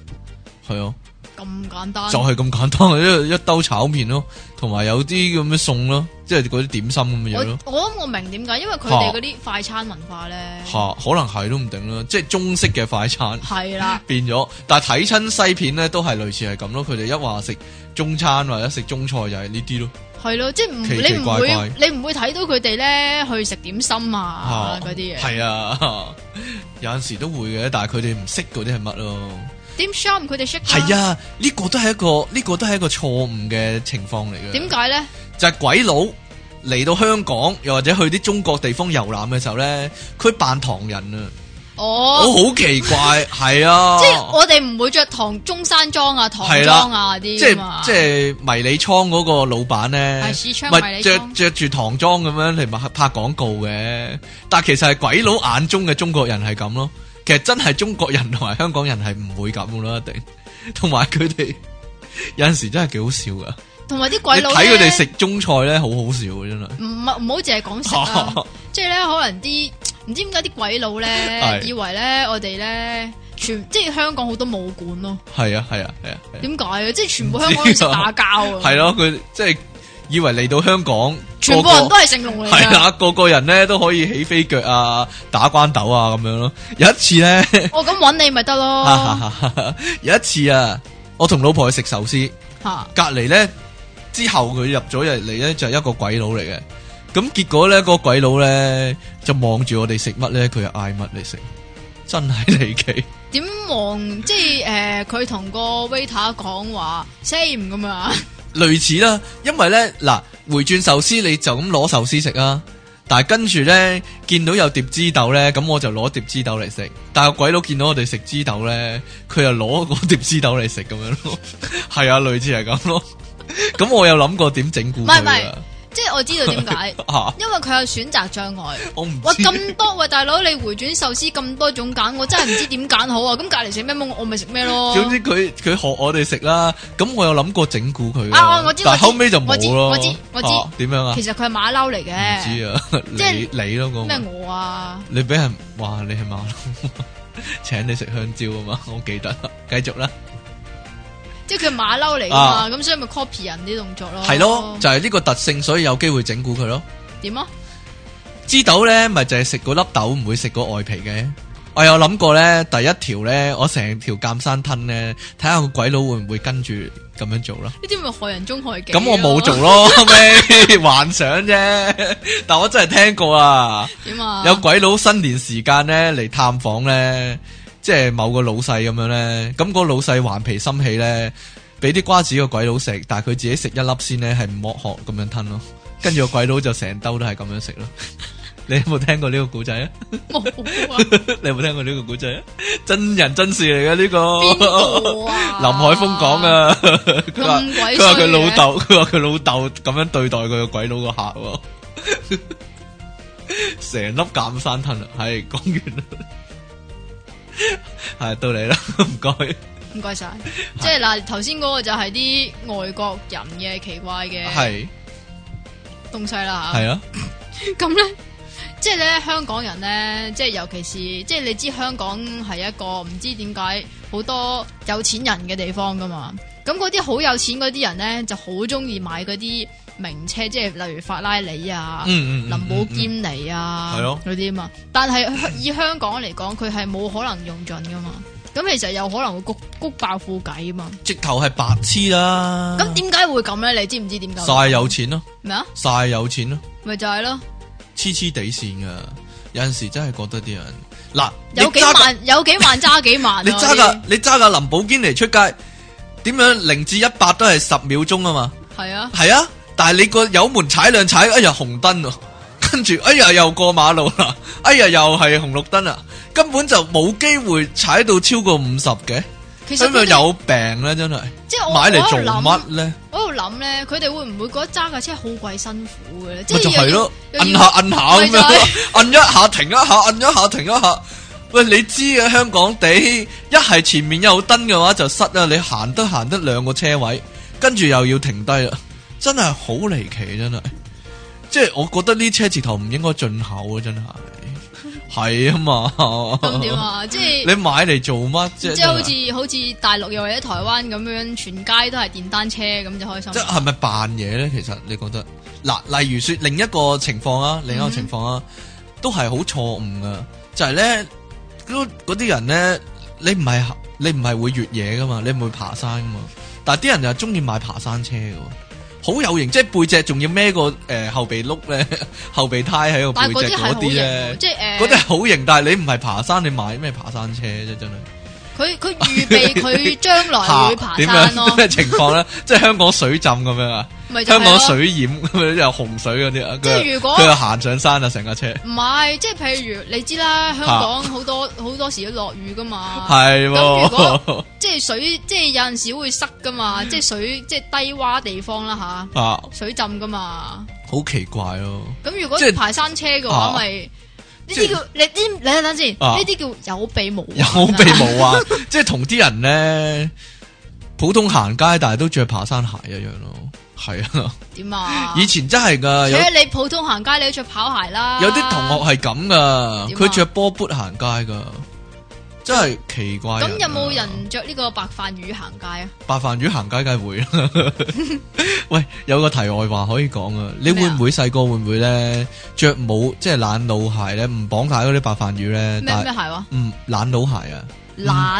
係哦啊。咁簡單就，係咁簡單，一一兜炒面咯，同埋有啲咁嘅餸咯，即係嗰啲點心咁嘅嘢我咯。我諗我明點解，因為佢哋嗰啲快餐文化咧，吓，可能係都唔定啦，即係中式嘅快餐係啦，變咗，但係睇親西片咧都係類似係咁咯。佢哋一話食中餐或者食中菜就係呢啲咯，係咯，即係唔奇你奇唔怪怪會你唔會睇到佢哋咧去食點心啊嚇嗰啲嘢，係啊， 有阵时都會嘅，但係佢哋唔識嗰啲係乜咯。點 s h a m 佢哋識㗎係，啊，呢個都係一個呢個都係一個錯誤嘅情況嚟嘅。點解咧？就係鬼佬嚟到香港，又或者去啲中國地方遊覽嘅時候咧，佢扮唐人啊，我哦。好奇怪，係啊， 即系我哋唔會着唐中山裝啊、唐裝啊啲即係㗎嘛即係迷你倉嗰個老闆咧係，市昌迷咪你着裝着住唐裝咁樣嚟拍拍廣告嘅，但其實係鬼佬眼中嘅中國人係咁咯，其實真係中國人同埋香港人係唔會咁噶啦，一定， 同埋佢哋有阵时真係幾好笑噶，同埋啲鬼你佬睇佢哋呢食中菜咧，好好笑啊真係。唔唔好淨係講食 啊，即係咧可能啲唔知點解啲鬼佬咧係以為咧我哋咧全即係香港好多武館咯，係啊，係啊，係啊，係啊點解啊？即係全部香港人識打交啊，係，咯，佢即係以為嚟到香港，全部人都係成龍嚟系㗎。啦，啊個個人咧都可以起飛腳啊，打關斗啊咁樣咯。有一次咧，我咁揾你咪得咯， 有一次啊，我同老婆去食壽司，吓隔離咧之後佢入咗入嚟咧就係一個鬼佬嚟嘅。咁結果咧，個鬼佬咧就望住我哋食乜咧，佢又嗌乜嚟食，真係離奇。點望即係诶佢同個 waiter 講話 same 咁啊， 類似啦，因為咧嗱，回轉壽司你就咁攞壽司食啊，但係跟住咧見到有碟枝豆咧，咁我就攞碟枝豆嚟食。但係鬼佬見到我哋食枝豆咧，佢又攞嗰碟枝豆嚟食咁樣咯，係啊，類似係咁咯。咁我有諗過點整蠱唔係佢唔係啊即係我知 道點解，啊，因為佢有選擇障礙。我唔哇知咁多喂大佬，你回轉壽司咁多種揀，我真係唔知點揀好啊！咁隔離食咩檬，我咪食咩咯。總之佢佢學我哋食啦，咁我有諗過整蠱佢啊啊我我知但係我知後尾就冇我知咯。我知我知啊點樣啊？其實佢係馬騮嚟唔嘅，知啊，即係你你咯嗰個咩我啊，你俾人話你係馬騮， 請你食香蕉啊嘛， 我記得啦。繼續啦，即係佢係馬騮嚟噶啊嘛，咁所以咪 copy 人啲動作咯。係咯，就係呢個特性，所以有機會整蠱佢咯。點啊？枝豆咧，咪就係食嗰粒豆，唔會食嗰外皮嘅。我有諗過咧，第一條咧，我成條鑑山吞咧，睇下個鬼佬會唔會跟住咁樣做啦。呢啲咪害人中害己。咁我冇做。咯，後尾 幻想啫。但我真係聽過啊。點啊？有鬼佬新年時間咧嚟探訪咧，即係某個老細咁樣咧，咁、個老細頑皮心起咧，俾啲瓜子個鬼佬食，但係佢自 己食一粒先咧，係唔剝殼咁樣吞咯。跟住個鬼佬就成兜都係咁樣食咯， 你有冇聽過呢個古仔啊？ 冇啊，你有冇聽過呢個古仔啊？真人真事嚟嘅呢邊個。個啊？林海峰講， 啊，佢話咁鬼佢話佢衰嘅老豆，佢話佢老豆咁樣對待佢個鬼佬個客喎， 成粒減山吞啊！係講完啦， 係到你啦，唔該。唔該晒。即係嗱，頭先嗰個就係啲外國人嘅奇怪嘅係東西啦吓。係啊，咁咧，即系咧香港人咧，即系尤其是即系你知香港係一個唔知點解好多有錢人嘅地方噶嘛。咁嗰啲好有錢嗰啲人咧，就好中意買嗰啲名車，即係例如法拉利啊、嗯嗯嗯林寶堅尼啊係咯嗰啲啊嘛。但係以香港嚟講，佢係冇可能用盡噶嘛。咁其實有可能會谷谷爆庫計啊嘛。直頭係白痴啦。咁點解會咁咧？你知唔知點解？晒嗯有錢咯，咩啊？晒有錢咯，咪就係咯，黐黐地線噶。有陣時真係覺得啲人嗱，你有幾揸架萬有幾萬揸幾萬啊。你揸嗰啲架你揸架林寶堅尼出街，點樣零至一百都係十秒鐘啊嘛。係啊。係啊，但係你個油門踩兩踩，哎呀紅燈啊， 跟住哎呀又過馬路啦， 哎呀又係紅綠燈啊，根本就冇機會踩到超過五十嘅，其實咁佢咪哋有病咧真係，即係我買嚟做？我喺度諗乜咧？我喺度諗咧，佢哋會唔會覺得揸架車好鬼辛苦嘅咧？即咪就係係咯，又要摁下摁下咁咪就係樣，摁一下停一下，摁一下停一 下。喂，你知嘅香港地，一係前面有燈嘅話就塞啊啦，你行都行得兩個車位，跟住又要停低啦，真係好離奇真係。即係我覺得呢車字頭唔應該進口啊，真係係啊嘛。咁點啊？即係 你買嚟做乜啫？即係好似好似大陸又或者台灣咁樣，全街都係電單車咁就開心即。係啊咪扮嘢咧？其實你覺得嗱，例如說另一個情況啊，嗯另一個情況啊，都係好錯誤噶，就係咧嗰嗰啲人咧，你唔係你唔係會越野噶嘛，你唔會爬山噶嘛，但係啲人就中意買爬山車噶喎，好有型，即係背脊仲要孭個誒、呃、後備轆咧， 後備胎喺個但係背嗰脊啲係嗰啲好型咧喎，。即係嗰啲係誒，好型，但係你唔係爬山，你買咩爬山車啫？真係佢 佢預備佢將來會爬點山咯樣， 咩情況咧？即係香港水浸咁樣啊！咪就香港係咯。水淹咁樣又洪水嗰啲啊，即係佢如果佢又行上山啊，成架車唔係，即係譬如你知啦，香港好多好多時都落雨噶嘛。係啊咁如喎果即係水，即係有陣時會塞噶嘛，嗯即係水即係低洼地方啦 啊，吓，水浸噶嘛。好奇怪咯，咁如果即係排山車嘅話，啊咪呢即係啲叫你啲你等等先，呢啊啲叫有備無患有啊備無 患，即係同啲人咧普通行街，但係都着爬山鞋一樣咯，係啊，點啊？以前真係噶，有且你普通行街，你都着跑鞋啦。有啲同學係咁噶，點啊佢着波砵行街噶，真係奇怪啊。咁有冇人着呢個白飯魚行街啊？白飯魚行街梗係會 啦。喂，有個題外話可以講啊，你會唔會細個會唔會咧着冇即係懶佬鞋咧，唔綁帶嗰啲白飯魚咧，咩啊咩但鞋話？唔懶佬鞋啊，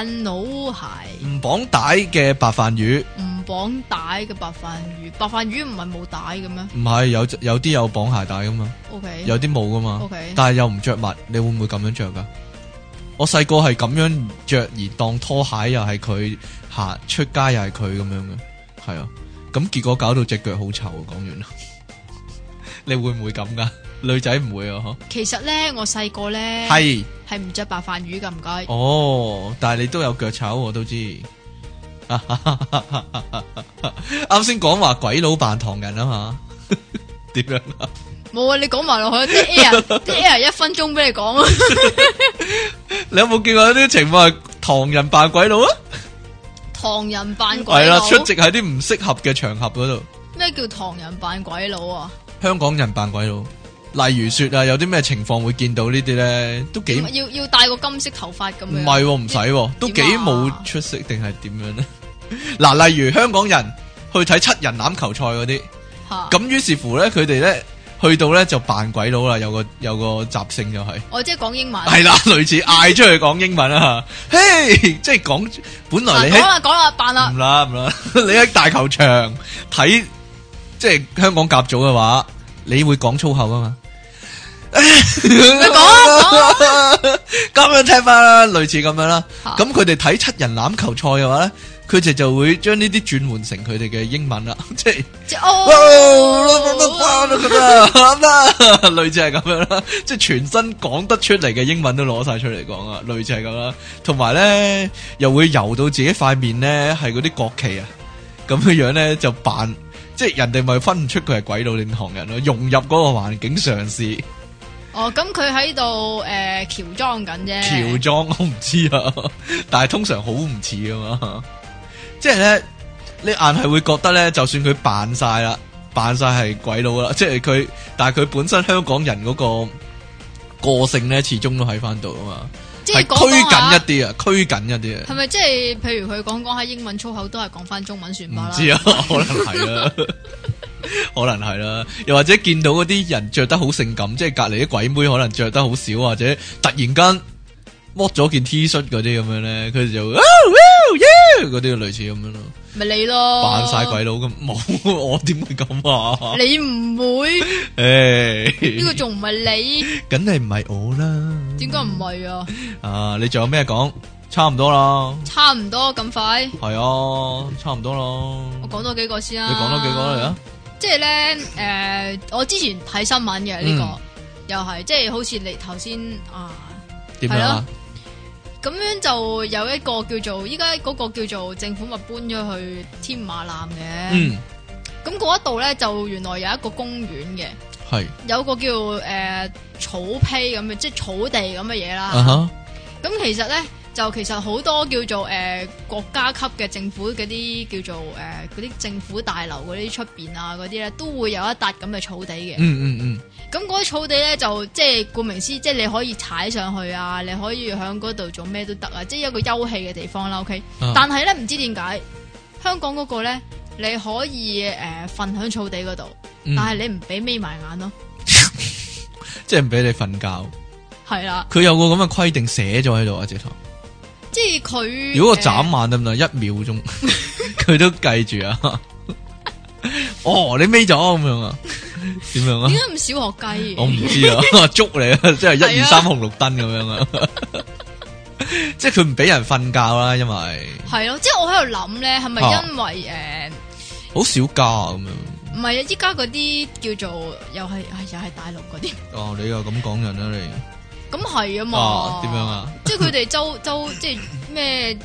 懶佬鞋，唔綁帶嘅白飯魚，唔綁帶嘅白飯魚，白飯魚唔係冇帶嘅咩唔係有有啲有綁鞋帶噶嘛， ？O K 有啲冇噶嘛 O，K，但係又唔着襪，你會唔會咁樣着噶？我細個係咁樣着而當拖鞋又係佢行出街又係佢咁樣嘅，係啊，咁結果搞到隻腳好臭啊。講完啦， 你會唔會咁噶？女仔唔會啊，嗬？其實咧我細個咧係係唔着白飯魚噶，唔該。哦，但係你都有腳臭，我都知。 啱先講話鬼佬扮唐人啊嘛， 點樣啊？冇啊，你講埋落去， 啲 air 啲 air 一分鐘俾你講啊。你有冇見過有啲情況係唐人扮鬼佬啊？唐人扮鬼係啦，佬，出席喺啲唔適合嘅場合嗰度。咩叫唐人扮鬼佬啊？香港人扮鬼佬，例如说啊，有啲咩情況會見到呢啲咧，都幾點啊啊要要戴個金色頭髮咁唔樣？係喎唔使喎，都幾冇出息定係點樣咧？ 嗱，例如香港人去睇七人欖球賽嗰啲，嚇咁於是乎咧，佢哋咧去到咧就扮鬼佬啦，有個有個習性就係我即係講英文。係啦，類似嗌出去講英文啊，嘿，即係講本來嗱，你講喺嗯啦講啦，扮啦唔，啦唔啦， 你喺大球場睇即係香港甲組嘅話，你會講粗口啊嘛？你講啊講啊 咁样踢法啦，類似咁樣啦。嚇咁佢哋睇七人欖球賽嘅話咧，佢哋就會將呢啲轉換成佢哋嘅英文啦， 即係即係哦，類似係咁樣啦，即係全身講得出嚟嘅英文都攞晒出嚟講啊，類似係咁啦。同埋咧，又會油到自己塊面咧係嗰啲國旗啊，咁樣樣咧就扮，即係人哋咪分唔出佢係鬼佬定唐人咯，融入嗰個環境嘗試。哦，咁佢喺度诶乔裝緊啫，喬裝我唔知啊， 但係通常好唔似啊嘛，即係咧，你硬係會覺得咧，就算佢扮晒啦，扮晒係鬼佬啦， 即係佢，但係佢本身香港人嗰個個性咧，始終都喺翻度啊嘛，即係係講拘講謹下一，啲啊，拘謹一啲啊，係咪即係譬如佢講講下英文粗口都係講翻中文算唔吧啦？ 知啊，可能係啦。 可能係啦，又或者見到嗰啲人着得好性感，即係隔離啲鬼妹可能着得好少，或者突然間剝咗件 T 恤嗰啲咁樣咧，佢哋就哦哦 yeah 嗰啲類似咁樣咯，咪你咯，扮晒鬼佬咁，冇我點會咁 啊？你唔會呢個誒，仲唔係你？梗係唔係我啦？點解唔係啊？啊？你仲有咩講？差唔多啦，差唔多咁快，係啊，差唔多啦。我講多幾個先你啦。講多幾個嚟啊？即系咧，诶、我之前睇新聞嘅呢、嗯個，又係即係好似你頭先啊，點樣啊？咁樣就有一個叫做依家嗰個叫做政府咪搬咗去天馬艦嘅，嗯，咁嗰一度咧就原來有一個公園嘅，係有個叫诶、呃草坯咁嘅，即係草地咁嘅嘢啊啦。哈，咁、其實咧就其實好多叫做诶、呃、國家級嘅政府嗰啲叫做诶嗰啲政府大樓嗰啲出邊啊嗰啲咧都會有一笪咁嘅草地嘅。嗯嗯嗯，咁嗰啲草地咧就即係顧名思，即係你可以踩上去啊，你可以喺嗰度做咩都得啊，即係一個休憩嘅地方啦。OK，、啊但係咧唔知點解香港嗰個咧，你可以誒瞓喺草地嗰度，嗯但係你唔俾眯埋眼咯，即係唔俾你瞓覺。係啦，佢有個咁嘅規定寫咗喺度啊，直頭。即係佢呃如果我啊誒眨眼得唔得？一秒鐘 佢都計住啊。 哦，你眯咗咁樣啊？點樣啊點？解咁小學雞嘅？我唔知啊， 捉你啊，即係一係二啊三紅綠燈咁樣啊。 即係佢唔俾人瞓覺啦，因為係咯，即係我喺度諗咧，係咪啊因為誒？好少假咁樣。唔係啊！依家嗰啲叫做又係，唉又係大陸嗰啲， 哦，你又咁講人啦，你咁係啊嘛啊？點樣？啊？即係佢哋周 周即係咩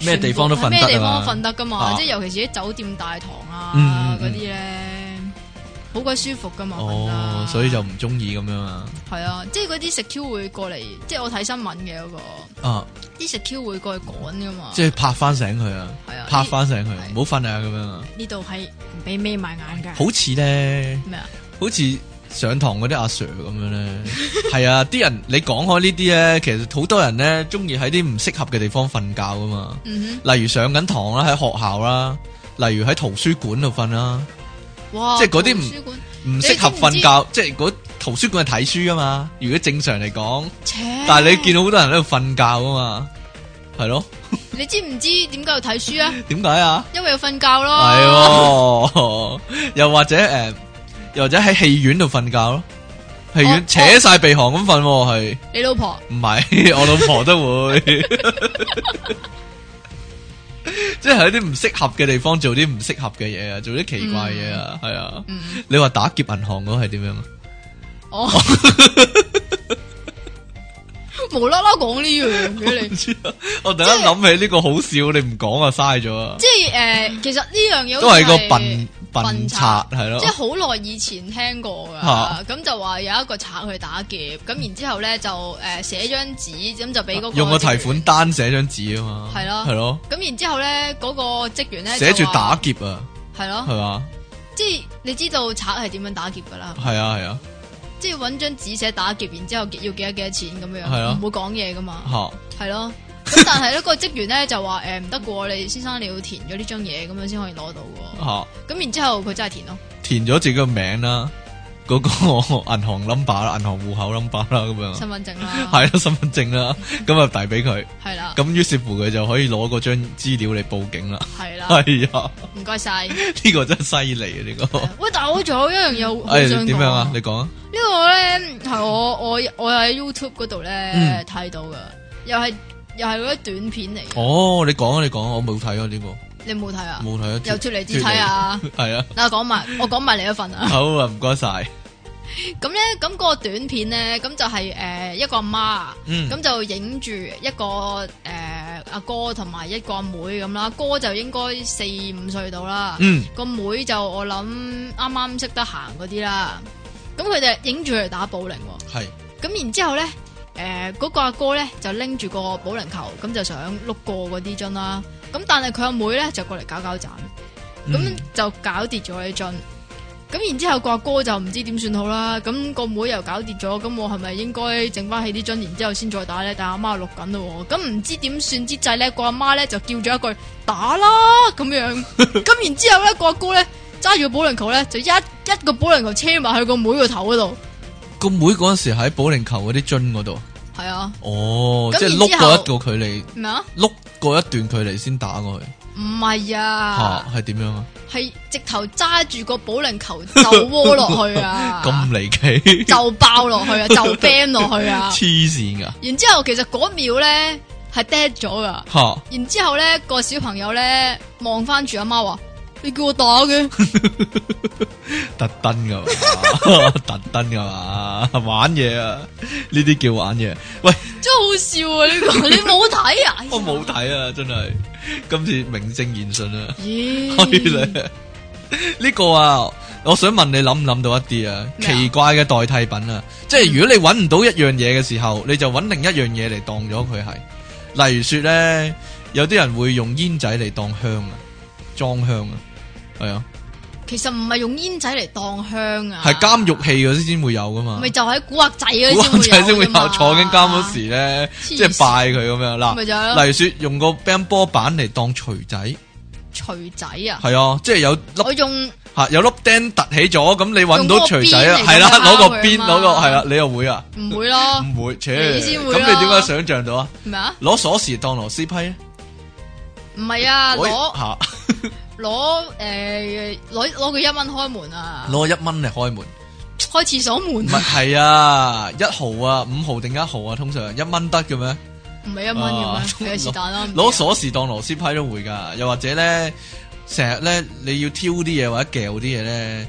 咩地方都瞓得啊嘛咩地方都瞓得噶嘛啊？即係尤其是啲酒店大堂嗯嗯啊嗯嗰啲咧，好鬼舒服噶嘛。瞓得哦，所以就唔中意咁樣啊。係啊，即係嗰啲食 Q 會過嚟，即係我睇新聞嘅嗰個，啊，啲食 Q 會過去趕噶嘛。即係拍翻醒佢啊，係啊拍翻醒佢，係唔好瞓啊咁樣啊。呢度係唔俾眯埋眼㗎。好似咧。咩啊？好似上堂嗰啲阿 Sir 咁樣咧，係啊，啲人你講開呢啲咧，其實好多人咧中意喺啲唔適合嘅地方瞓覺噶嘛，嗯例如上緊堂啦，喺學校啦，例如喺圖書館度瞓啦，哼，哇！即係嗰啲唔圖書館，唔適合瞓覺，即係嗰圖書館係睇書噶嘛，如果正常嚟講，切但係你見到好多人喺度瞓覺啊嘛，係咯，你知唔知點解要 睇書啊？點解啊？因為要瞓覺係咯。喎，又或者诶、誒又或者喺戲院度瞓覺咯，戲哦院扯晒鼻鼾咁瞓喎，係。你老婆唔 系，我老婆都會，即係喺啲唔適合嘅地方做啲唔適合嘅嘢啊，做啲奇怪嘢啊，係啊。嗯你話打劫銀行嗰個係點樣啊？ 哦， 無啦啦講呢樣嘅你 唔。知啊，我突然間諗起呢個好笑，你唔講啊嘥咗啊，即系诶、呃其實呢樣嘢都系係個笨笨賊係咯即係，好耐以前聽過嚇噶。咁就話有一個賊去打劫，咁然之後咧就诶寫張紙，咁就俾嗰個用個個提款單寫張紙啊嘛，係咯係咯，咁然之後咧嗰個職員咧寫住打劫啊，係咯，係嘛，即係你知道賊係點樣打劫噶啦，係啊係啊，即係揾張紙寫打劫，然之後要幾多幾多錢咁係樣，啊唔會講嘢 噶嘛，吓係咯。咁但係咧，嗰個職員咧就話誒唔得喎，你先生你要填咗 呢哦張嘢咁樣先可以攞到喎。吓，咁然之後佢真係填咯，填咗自己個名啦，嗰個 銀行 number 啦、銀行户口 number 啦咁樣，身份證啦，哦 係啦，身份證啦，咁啊遞俾佢，係啦，咁於是乎佢就可以攞嗰張資料嚟報警啦。係啦，係啊，唔 該晒。呢個真係犀利啊！呢個喂，但係我仲有一樣嘢好誒想點講樣啊？你講啊，呢個咧係我我我喺 YouTube 嗰度咧嗯睇到噶，又係又係嗰啲短片嚟嘅，哦，你講啊，你講啊，我冇睇啊呢個，你冇睇啊？冇睇啊，脱又脱離肢體啊！離， 係啊，嗱，講埋我講埋你一份啊！好啊，唔該晒，咁咧，咁嗰個短片咧，咁就係誒一個阿媽，嗯咁就影住一個誒阿哥同埋一個阿妹咁啦，哥就應該四五歲到啦，嗯，個妹就我諗啱啱識得行嗰啲啦。咁佢哋影住嚟打保齡喎。係，咁然之後咧，誒、嗰、個阿哥咧就拎住個保齡球，咁就想碌過嗰啲樽啦。咁但係佢阿妹咧就過嚟搞搞盞，咁、嗯就搞跌咗啲樽。咁然之後個阿哥就唔知點算好啦。咁、個妹又搞跌咗，咁我係咪應該整翻起啲樽，然之後先再打咧？但阿媽又錄緊咯喎，咁唔知點算之際咧，個阿媽咧就叫咗一句打啦咁樣。咁然之後咧，個阿哥咧揸住個保齡球咧，就一一個保齡球車埋去個妹個頭嗰度。個妹嗰陣時喺保齡球嗰啲樽嗰度，係啊，哦，咁即係然碌之後過一個距離，咩啊？碌過一段距離先打過去，唔係吓啊，係點樣啊？係直頭揸住個保齡球就窩落去啊， 咁離奇， 就爆落去 啊，就 ban 落去啊。黐線噶然之後其實嗰秒咧係 dead 咗噶，吓，然之後咧個小朋友咧望翻住阿媽話：你叫我打 嘅，特登噶嘛， 特登噶嘛，玩嘢啊！呢啲叫玩嘢。喂，真係好笑啊！呢個你冇睇啊？我冇睇啊，真係今次名正言順啊！ 係哎咦？咧， 呢個啊，我想問你諗唔諗到一啲啊咩啊嗯奇怪嘅代替品啊？即係如果你揾唔到一樣嘢嘅時候，你就揾另一樣嘢嚟當咗佢係。例如說咧，有啲人會用煙仔嚟當香啊，裝香啊，係啊，其實唔係用煙仔嚟當香啊，係監獄器嗰啲先會有噶嘛咪。就喺古惑仔嗰啲古惑仔先會會有㗎嘛啊有坐緊監嗰，時咧，黐即係拜佢咁樣咪嗱。就係咯例如說用個乒乓波板嚟當錘仔，錘仔啊！係啊，即係有粒我用。吓啊有粒釘突起咗，咁你搵到錘仔啊？用嗰個邊嚟係啦，咁樣攞個敲佢邊，嘛攞個係啦，你又會啊？唔會咯，唔會，切你先咁會啦你點解想象到啊？咩啊？攞鎖匙當螺絲批啊咧？唔係啊，攞攞吓攞诶，攞攞佢一蚊開門啊，攞一蚊嚟開 門，開廁所門唔係係啊，一毫啊，五毫定一毫啊，通常一蚊得嘅咩？唔係一蚊啊咁樣，係是但啦。唔知啊攞鎖匙當螺絲批都會噶，又或者咧，成日咧你要挑啲嘢或者撬啲嘢咧，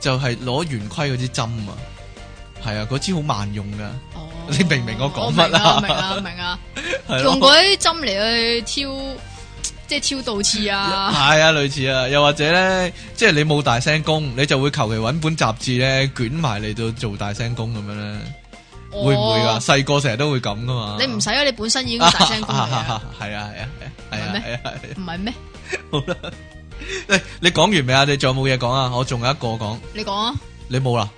就係攞圓規嗰支針啊，係啊，嗰支好萬用噶，哦你明唔明我講乜啊我明啊，明啊，明啊，係咯用嗰啲針嚟去挑，即係挑倒刺啊，係啊，類似啊，又或者咧，即係你冇大聲公，你就會求其揾本雜誌咧捲埋嚟到做大聲公咁樣咧，會唔會啊？哦？細個成日都會咁噶嘛。你唔使啊，你本身已經大聲公嚟 係啊啊係啊係啊係係啊係啊！唔係咩？好啦，誒你講完未啊？你仲有冇嘢講啊？我仲有一個講，你講啊，你冇啦，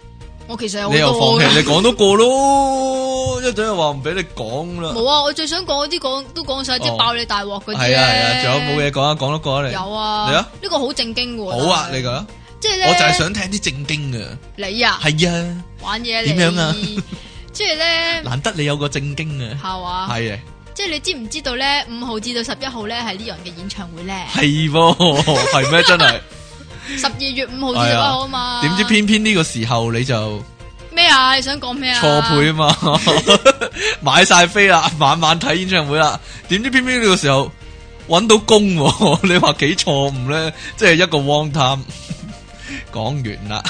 我其實有你又好放多啊棄，㗎你講多個咯，一陣又話唔俾你講啦。冇啊，我最想講嗰啲講都講晒，即係哦爆你大鑊嗰啲係啊係啊，仲有冇嘢嘢？講啊？講多個啊你。有啊，你啊呢個好正經嘅喎。好啊，但係你講啊，即係咧，我就係想聽啲正經嘅。你啊，係啊，玩嘢你點樣啊？即係咧，難得你有個正經嘅。係嘛？係啊。即係你知唔知道咧？五號至到十一號咧係 Leon 嘅演唱會咧，系喎，係 咩真係？啊十二月五號至到一號啊嘛。點知偏偏呢個時候你就咩啊？你想講咩啊？錯配啊嘛， 買晒飛啦，晚晚睇演唱會啦，點知偏偏呢個時候搵到工喎， 你話幾錯誤咧？即係一個 wrong time。講完啦，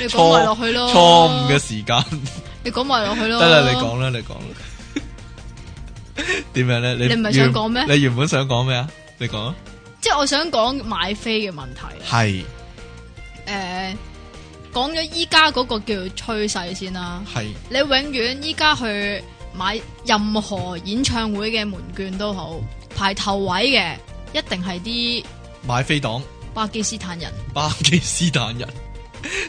你講錯埋落去咯。錯誤嘅，時間，你講埋落去咯。得啦，你講啦，你講啦。 點樣咧？你你唔係想原講咩你原本想講咩啊？你講啊。即係我想講買飛嘅問題。係誒，講咗依家嗰個叫趨勢先啦。係你永遠依家去買任何演唱會嘅門券都好，排頭位嘅一定係啲買飛黨。巴基斯坦人。 巴基斯坦人，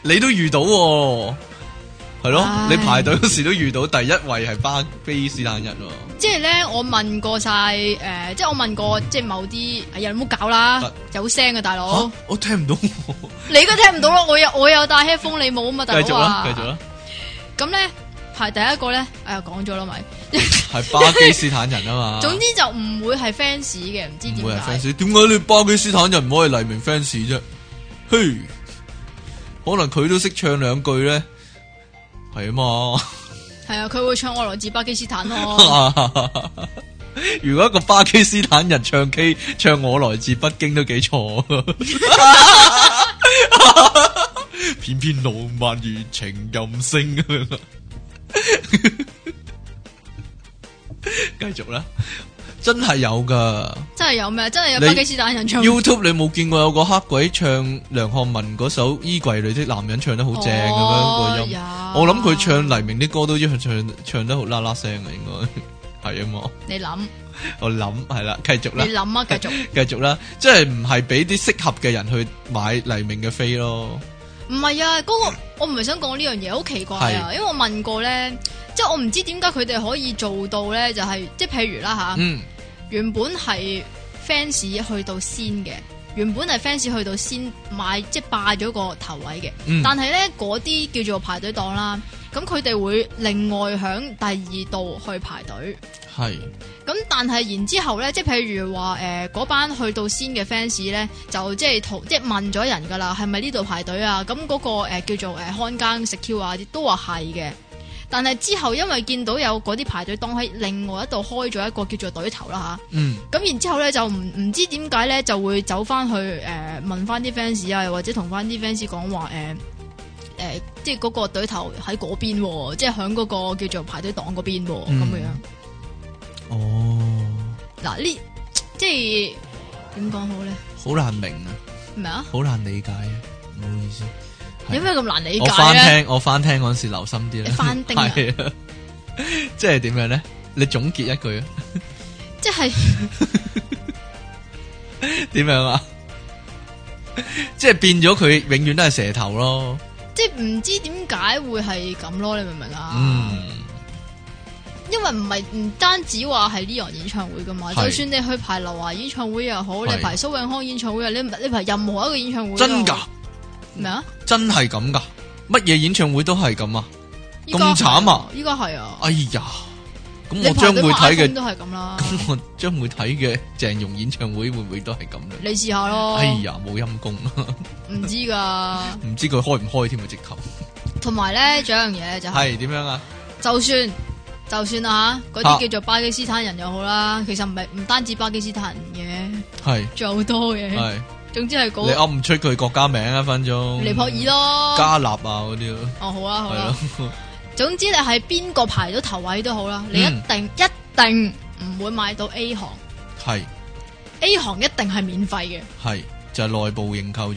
你都遇到、喎，系咯唉，你排队嗰时都遇到第一位系巴基斯坦人喎，即系咧，我問過晒诶、誒即系我問過即系某啲，哎呀，你唔好搞啦得，有聲嘅大佬嚇，我听唔到喎，你都聽唔到咯，我有我有戴 headphone，你冇啊嘛，大继续佬啦，啊，继续 啦，咁咧排第一個咧，哎呀講咗啦咪，系巴基斯坦人啊嘛， 總之就唔會係 fans 嘅，唔知唔会點系解， fans，点解你巴基斯坦人唔可以黎明 fans 啫？嘿，可能佢都识唱两句咧，系啊嘛。係啊，佢會唱我來自巴基 斯坦咯，如果一个巴基斯坦人唱 K 唱我來自北京都幾錯， 偏偏浪漫如情任性 咁樣。繼續啦，真係有噶。真係有咩？真係有你巴基斯坦人唱 YouTube 你冇見過有個黑鬼唱梁漢文嗰首《衣櫃裏的男人》唱得好正咁哦樣個音。呀我諗佢唱黎明啲歌都一樣唱唱得好啦啦聲啊，應該 係啊嘛。你諗我諗係啦，繼續你啦，諗啊，繼續，繼續啦，即係唔係俾啲適合嘅人去買黎明嘅飛咯？唔係啊，嗰、個我唔係想講呢樣嘢，好奇怪啊，因為我問過咧，即系我唔知點解佢哋可以做到咧，就係即系譬如啦吓。嗯，原本係 fans 去到先嘅，原本係 fans 去到先買，即係霸咗個頭位嘅。嗯但係咧嗰啲叫做排隊檔啦，咁佢哋會另外響第二度去排隊。係咁但係然之後咧，即係譬如話誒嗰班去到先嘅 fans 咧，就即係圖即係問咗人㗎啦，係咪呢度排隊啊？咁嗰、個、呃、叫做誒、呃看更食 Q 啊，都話係嘅。但係之後因為見到有嗰啲排隊檔喺另外一度開咗一個叫做隊頭啦嚇。嗯咁然之後咧就唔唔知點解咧就會走翻去誒、呃、問翻啲 fans 啊，又或者同翻啲 fans 講話誒誒，即係嗰個隊頭喺嗰邊喎，即係喺嗰個叫做排隊檔嗰邊喎，咁、嗯樣。哦，嗱呢即係點講好咧？好難明啊，咩啊？好難理解啊，唔好意思。係有咩咁難理我解咧？翻聽我翻聽嗰陣時留心啲你啦，翻叮 啊係啊，即係點樣咧？你總結一句啊， 即係點樣啊？即係變咗佢永遠都係蛇頭咯。即係唔知點解會係咁咯？你明唔明啊？嗯，因為唔係唔單止話係呢樣演唱會噶嘛，係就算你去排劉華演唱會又好，你係排蘇永康演唱會啊，你你排任何一個演唱會都好真㗎，咩啊？真係咁㗎，乜嘢演唱會都係咁啊！依家係咁慘啊！依家係啊，哎呀，咁你我將會睇排隊買 iPhone 嘅，都係咁啦， 咁我將會睇嘅鄭融演唱會會唔會都係咁咧？你試下咯。哎呀，冇陰功， 唔唔知噶。知佢開唔開添啊！直頭同埋咧，仲有一樣嘢就係，係點樣啊？就算就算啊，嗰啊啲叫做巴基斯坦人又好啦，其實唔係唔單止巴基斯坦人係嘅，仲有好多嘅。係，總之係你嗰噏唔出佢國家名啊！分鐘尼泊爾咯。加納啊嗰啲咯，哦，好啦好啦。係咯， 總之你係邊個排到頭位都好啦，你一嗯定一定唔會買到 A 行係，A 行一定係免費嘅，係就係內部認購咗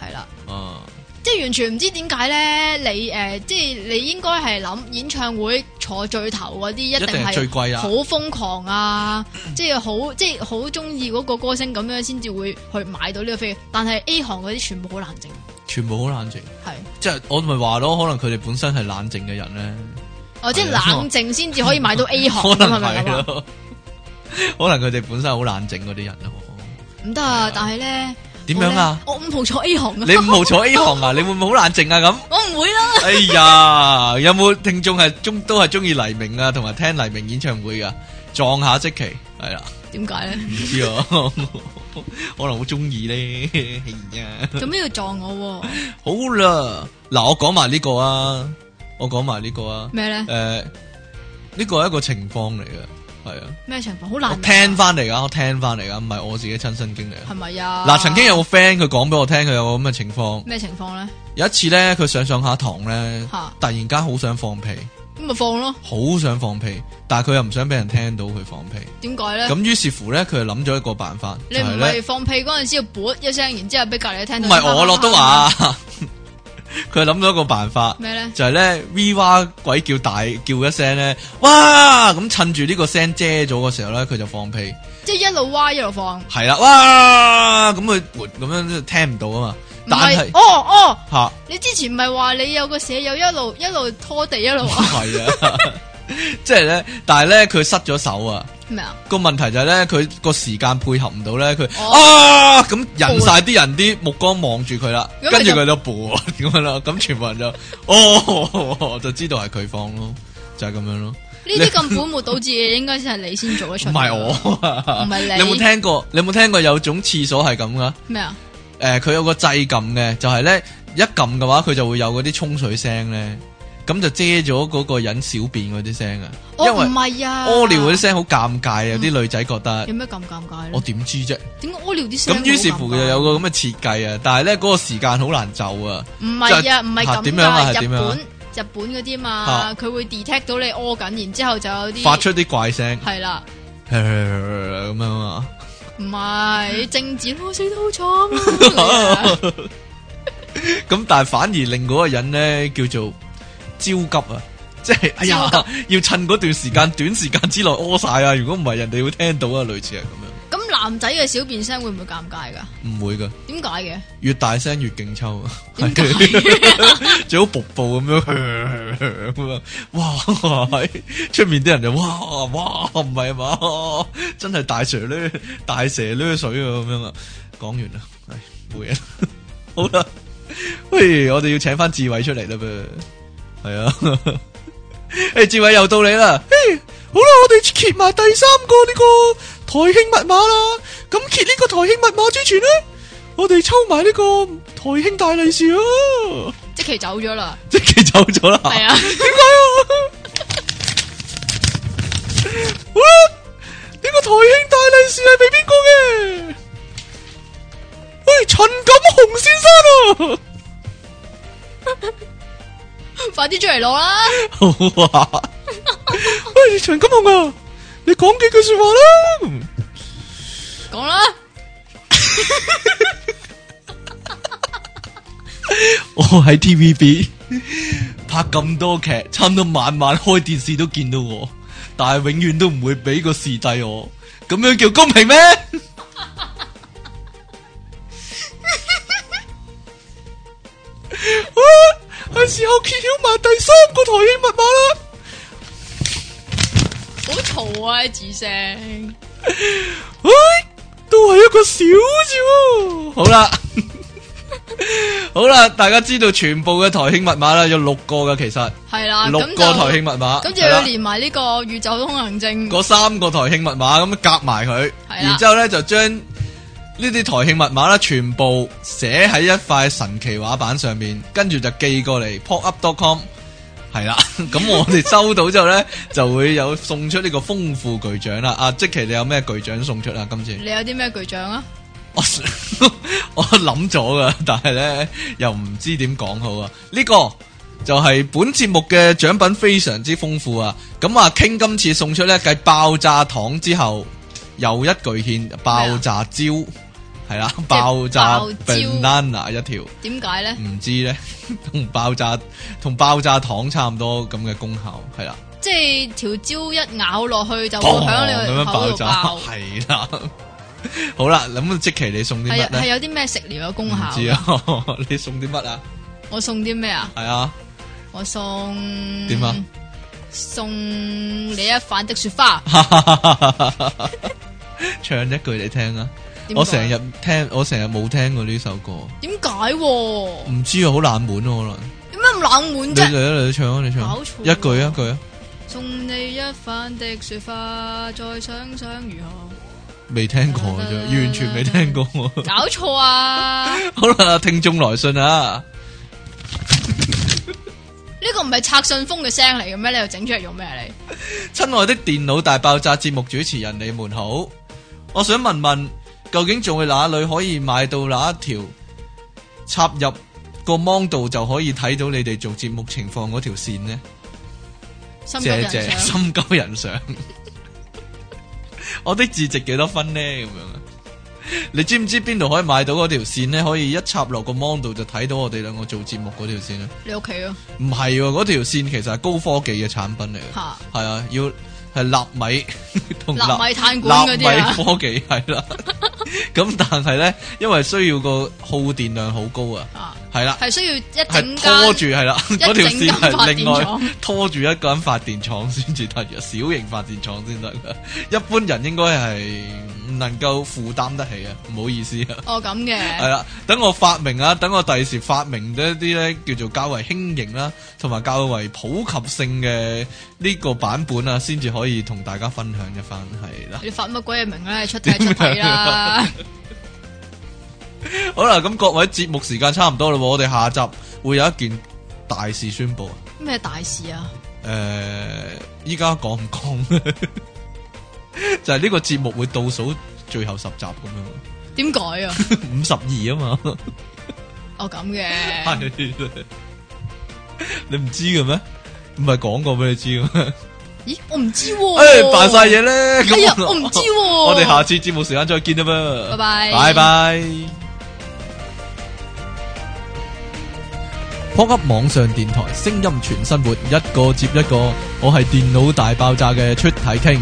係啦。啊！即係完全唔知點解咧，你誒、呃即係你應該係諗演唱會坐最頭嗰啲，一一定定係最係貴好啊！瘋狂啊！即係好即係好中意嗰個歌星咁樣先至會去買到呢個飛。但係 A 行嗰啲全部好冷靜，全部好冷靜，係即係我咪話咯，可能佢哋本身係冷靜嘅人咧。 哦，即係係啊冷靜先至可以 買到 A 行，可咁係能咪係咁啊？咯， 可能佢哋本身好冷靜嗰啲人咯。唔得啊！但係咧點樣啊？我呢我五號坐 A 行 啊你！冇坐 A 行啊？你會唔會好冷靜 啊？我唔會啦，咁，哎呀，有冇聽眾係中都係中意黎明啊，同埋聽黎明演唱會噶？撞下即期係啦，點解咧？唔知啊， 可能好中意咧。哎呀做咩要撞我喎？好啦，嗱，我講埋呢個啊，我講埋呢個啊，咩咧？诶，呢個係一個情況嚟嘅，係啊，咩情況？好我難聽翻嚟噶，我聽翻嚟噶，唔係我自己親身經歷啊。係咪啊？嗱，曾經有個 friend 佢講俾我聽，佢有個咁嘅情況。咩情況咧？有一次咧，佢上上下堂咧嚇，突然間好想放屁，咁咪放咯？好想放屁，但係佢又唔想俾人聽到佢放屁。點解咧？咁於是乎咧，佢就諗咗一個辦法，就你唔係係咧，放屁嗰陣時要噗一聲，然之後俾隔離聽唔到。係我咯都話， 佢諗咗一個辦法，咩咧？就係咧 V 哇鬼叫大叫一聲咧，哇咁趁住呢個聲遮咗嘅時候咧，佢就放屁。即係一路歪一路放，係啦，哇咁佢咁樣聽唔到啊嘛。唔但係係哦哦，吓。你之前唔係話你有個舍友一路一路拖地一路話系啊， 即系咧，但系咧佢失咗手啊。咩啊？个问题就系咧，佢个时间配合唔到咧，佢、哦啊咁人晒啲人啲目光望住佢啦，咁跟住你就佢就 步咁樣啦，咁全部人就哦，就知道系佢放咯，就系、咁样咯，呢啲咁本末倒置嘅，應該先係你先做得出。唔系我啊，唔係你你有冇听过？你有冇听过有种厕所系咁噶？咩啊？诶、佢有個掣撳嘅，就係呢，一撳嘅話，佢就會有嗰啲沖水聲呢，咁就遮咗嗰個人小便嗰啲聲啊。我因唔為係啊，屙尿嗰啲聲好尷尬啊，有啲女仔覺得有咩咁尷尬我咧？點知啫？點解屙尿啲聲咁於是乎好尷就尬有個咁嘅設計啊，但係呢，嗰個時間好難就啊，唔係啊，唔係嚇咁點樣啊㗎係日點樣啊本日本嗰啲嘛嚇，佢會 detect 到你屙緊，然之後就有啲發出啲怪聲係啦，咁樣啊。唔 係政治，我死得好慘啊咁樣啊！咁但係反而令嗰個人呢，叫做焦急啊。即係哎呀焦，要趁嗰段時間短時間之內屙晒啊！如果唔係，人哋會聽到啊，類似係咁咁男仔嘅小便聲會唔會尷尬㗎？樣，唔會噶。點解嘅？越大聲越勁抽，啊點最好瀑布咁樣咁啊！哇，係出面啲人就哇哇唔係嘛，真係大蛇咧，大蛇咧水啊咁樣啊！講完啦，係冇嘢啦，好啦，喂，我哋要請翻志偉出嚟啦噃，係啊，誒志偉又到你啦，嘿好啦，我哋揭埋第三個呢個台慶密碼啦，咁揭呢個台慶密碼之前呢。我哋抽埋呢個台慶大利是啊！ 即期走咗啦，即期走咗啦，係啊， 好啦，呢、個台慶大利是係俾邊個嘅？喂，陳錦雄先生啊！快啲出嚟攞啦！好啊！喂，陳錦雄啊，你講幾句说話啦！講啦，我喺 TVB 拍咁多劇，差唔多晚晚開電視都見到我，但係永遠都唔會俾個視帝我，咁樣叫公平咩？啊係時候揭曉埋第三個台慶密碼啦！好嘈啊！啲字聲，唉，都係一個小字喎。好啦，好啦，大家知道全部嘅台慶密碼啦，有六個噶其實。係啦，六啊咁個就台慶密碼，咁就係要啦連埋呢個宇宙通行證。嗰三個台慶密碼咁夾埋佢，嗯係啦然之後咧就將呢啲台慶密碼啦，全部寫喺一塊神奇畫板上面，跟住就寄過嚟 popup.com。係啦，咁我哋收到之後咧，就會有送出呢個豐富巨獎啦。啊，即其你有咩巨獎送出啊？今次？你有啲咩巨獎啊？我 我谂咗噶，但系咧又唔知點講好啊！呢、個就係本節目嘅獎品非常之豐富啊！咁啊，傾今次送出咧，繼爆炸糖之後又一巨獻爆炸蕉，係啦，爆炸爆蕉 banana 一條，點解咧？唔知咧同爆炸同爆炸糖差唔多咁嘅功效，係啦。即係條蕉一咬落去就會砰哦咁響你樣個口爆度炸爆，係啦。好啦，咁即期你送啲係有乜係啊咧？有啲咩食療嘅功唔效？知啊， 你送啲乜啊？我送啲咩啊？系啊， 我送點啊？送你一瓣的雪花。唱一句你聽啊！點我講啊成日聽，我成日冇聽過呢首歌，點解喎？唔知啊，好冷門咯，點解咁冷可能。門你啫？嚟啊，你唱啊，你唱啊搞錯一句啊一句啊，送你一瓣的雪花，再想想如 何？未聽過啫，嗯完全未聽過。 搞錯啊！呢好啦，聽眾來信啊，個唔係拆信封嘅聲嚟嘅咩？你又整出嚟用咩啊你？親愛的電腦大爆炸節目主持人，你們好，我想問問，究竟仲去哪裏可以買到那一條插入個芒度就可以睇到你哋做節目情況嗰條線呢？心急谢人谢上，心急人上。我的字值幾多分呢？咁樣啊？你知唔知邊度可以買到嗰條線呢？可以一插落個 mon 度就睇到我哋兩個做節目嗰條線咧？你屋企啊？唔係喎，嗰條線其實係高科技嘅產品嚟嘅，吓，係啊，要係納米 同納納米炭管嗰啲啊納米科技係啦。 咁但系咧，因为需要个耗电量好高啊，啊，系啦，系需要一系整拖住间系啦，嗰一条整线間系發另電外廠拖住一个人发电厂先至得嘅，小型发电厂先得嘅，一般人应该系唔能够负担得起啊，唔好意思啊。哦咁 系嘅，啦，等我發明啊，等我第時發明一啲咧叫做較為輕盈啦，同埋較為普及性嘅呢個版本啊，先至可以同大家分享一番係 啦。你發乜鬼嘢明咧？出體出體啦，好啦，咁各位節目時間差唔多啦喎，我哋下集會有一件大事宣布啊。咩大事啊？ 诶、依家講唔講？ 就係呢個節目會倒數最後十集咁樣， 點改啊？五十二啊嘛。哦咁嘅，系 你唔知嘅咩？唔係講過俾你知嘅咩？咦？我唔知喎，诶，哎扮晒，嘢咧，哎呀，咁啊我唔知喎， 我我哋下次節目時間再見啦噃，拜拜拜拜。波及網上電台，聲音全生活，一個接一個。我係電腦大爆炸嘅出體傾。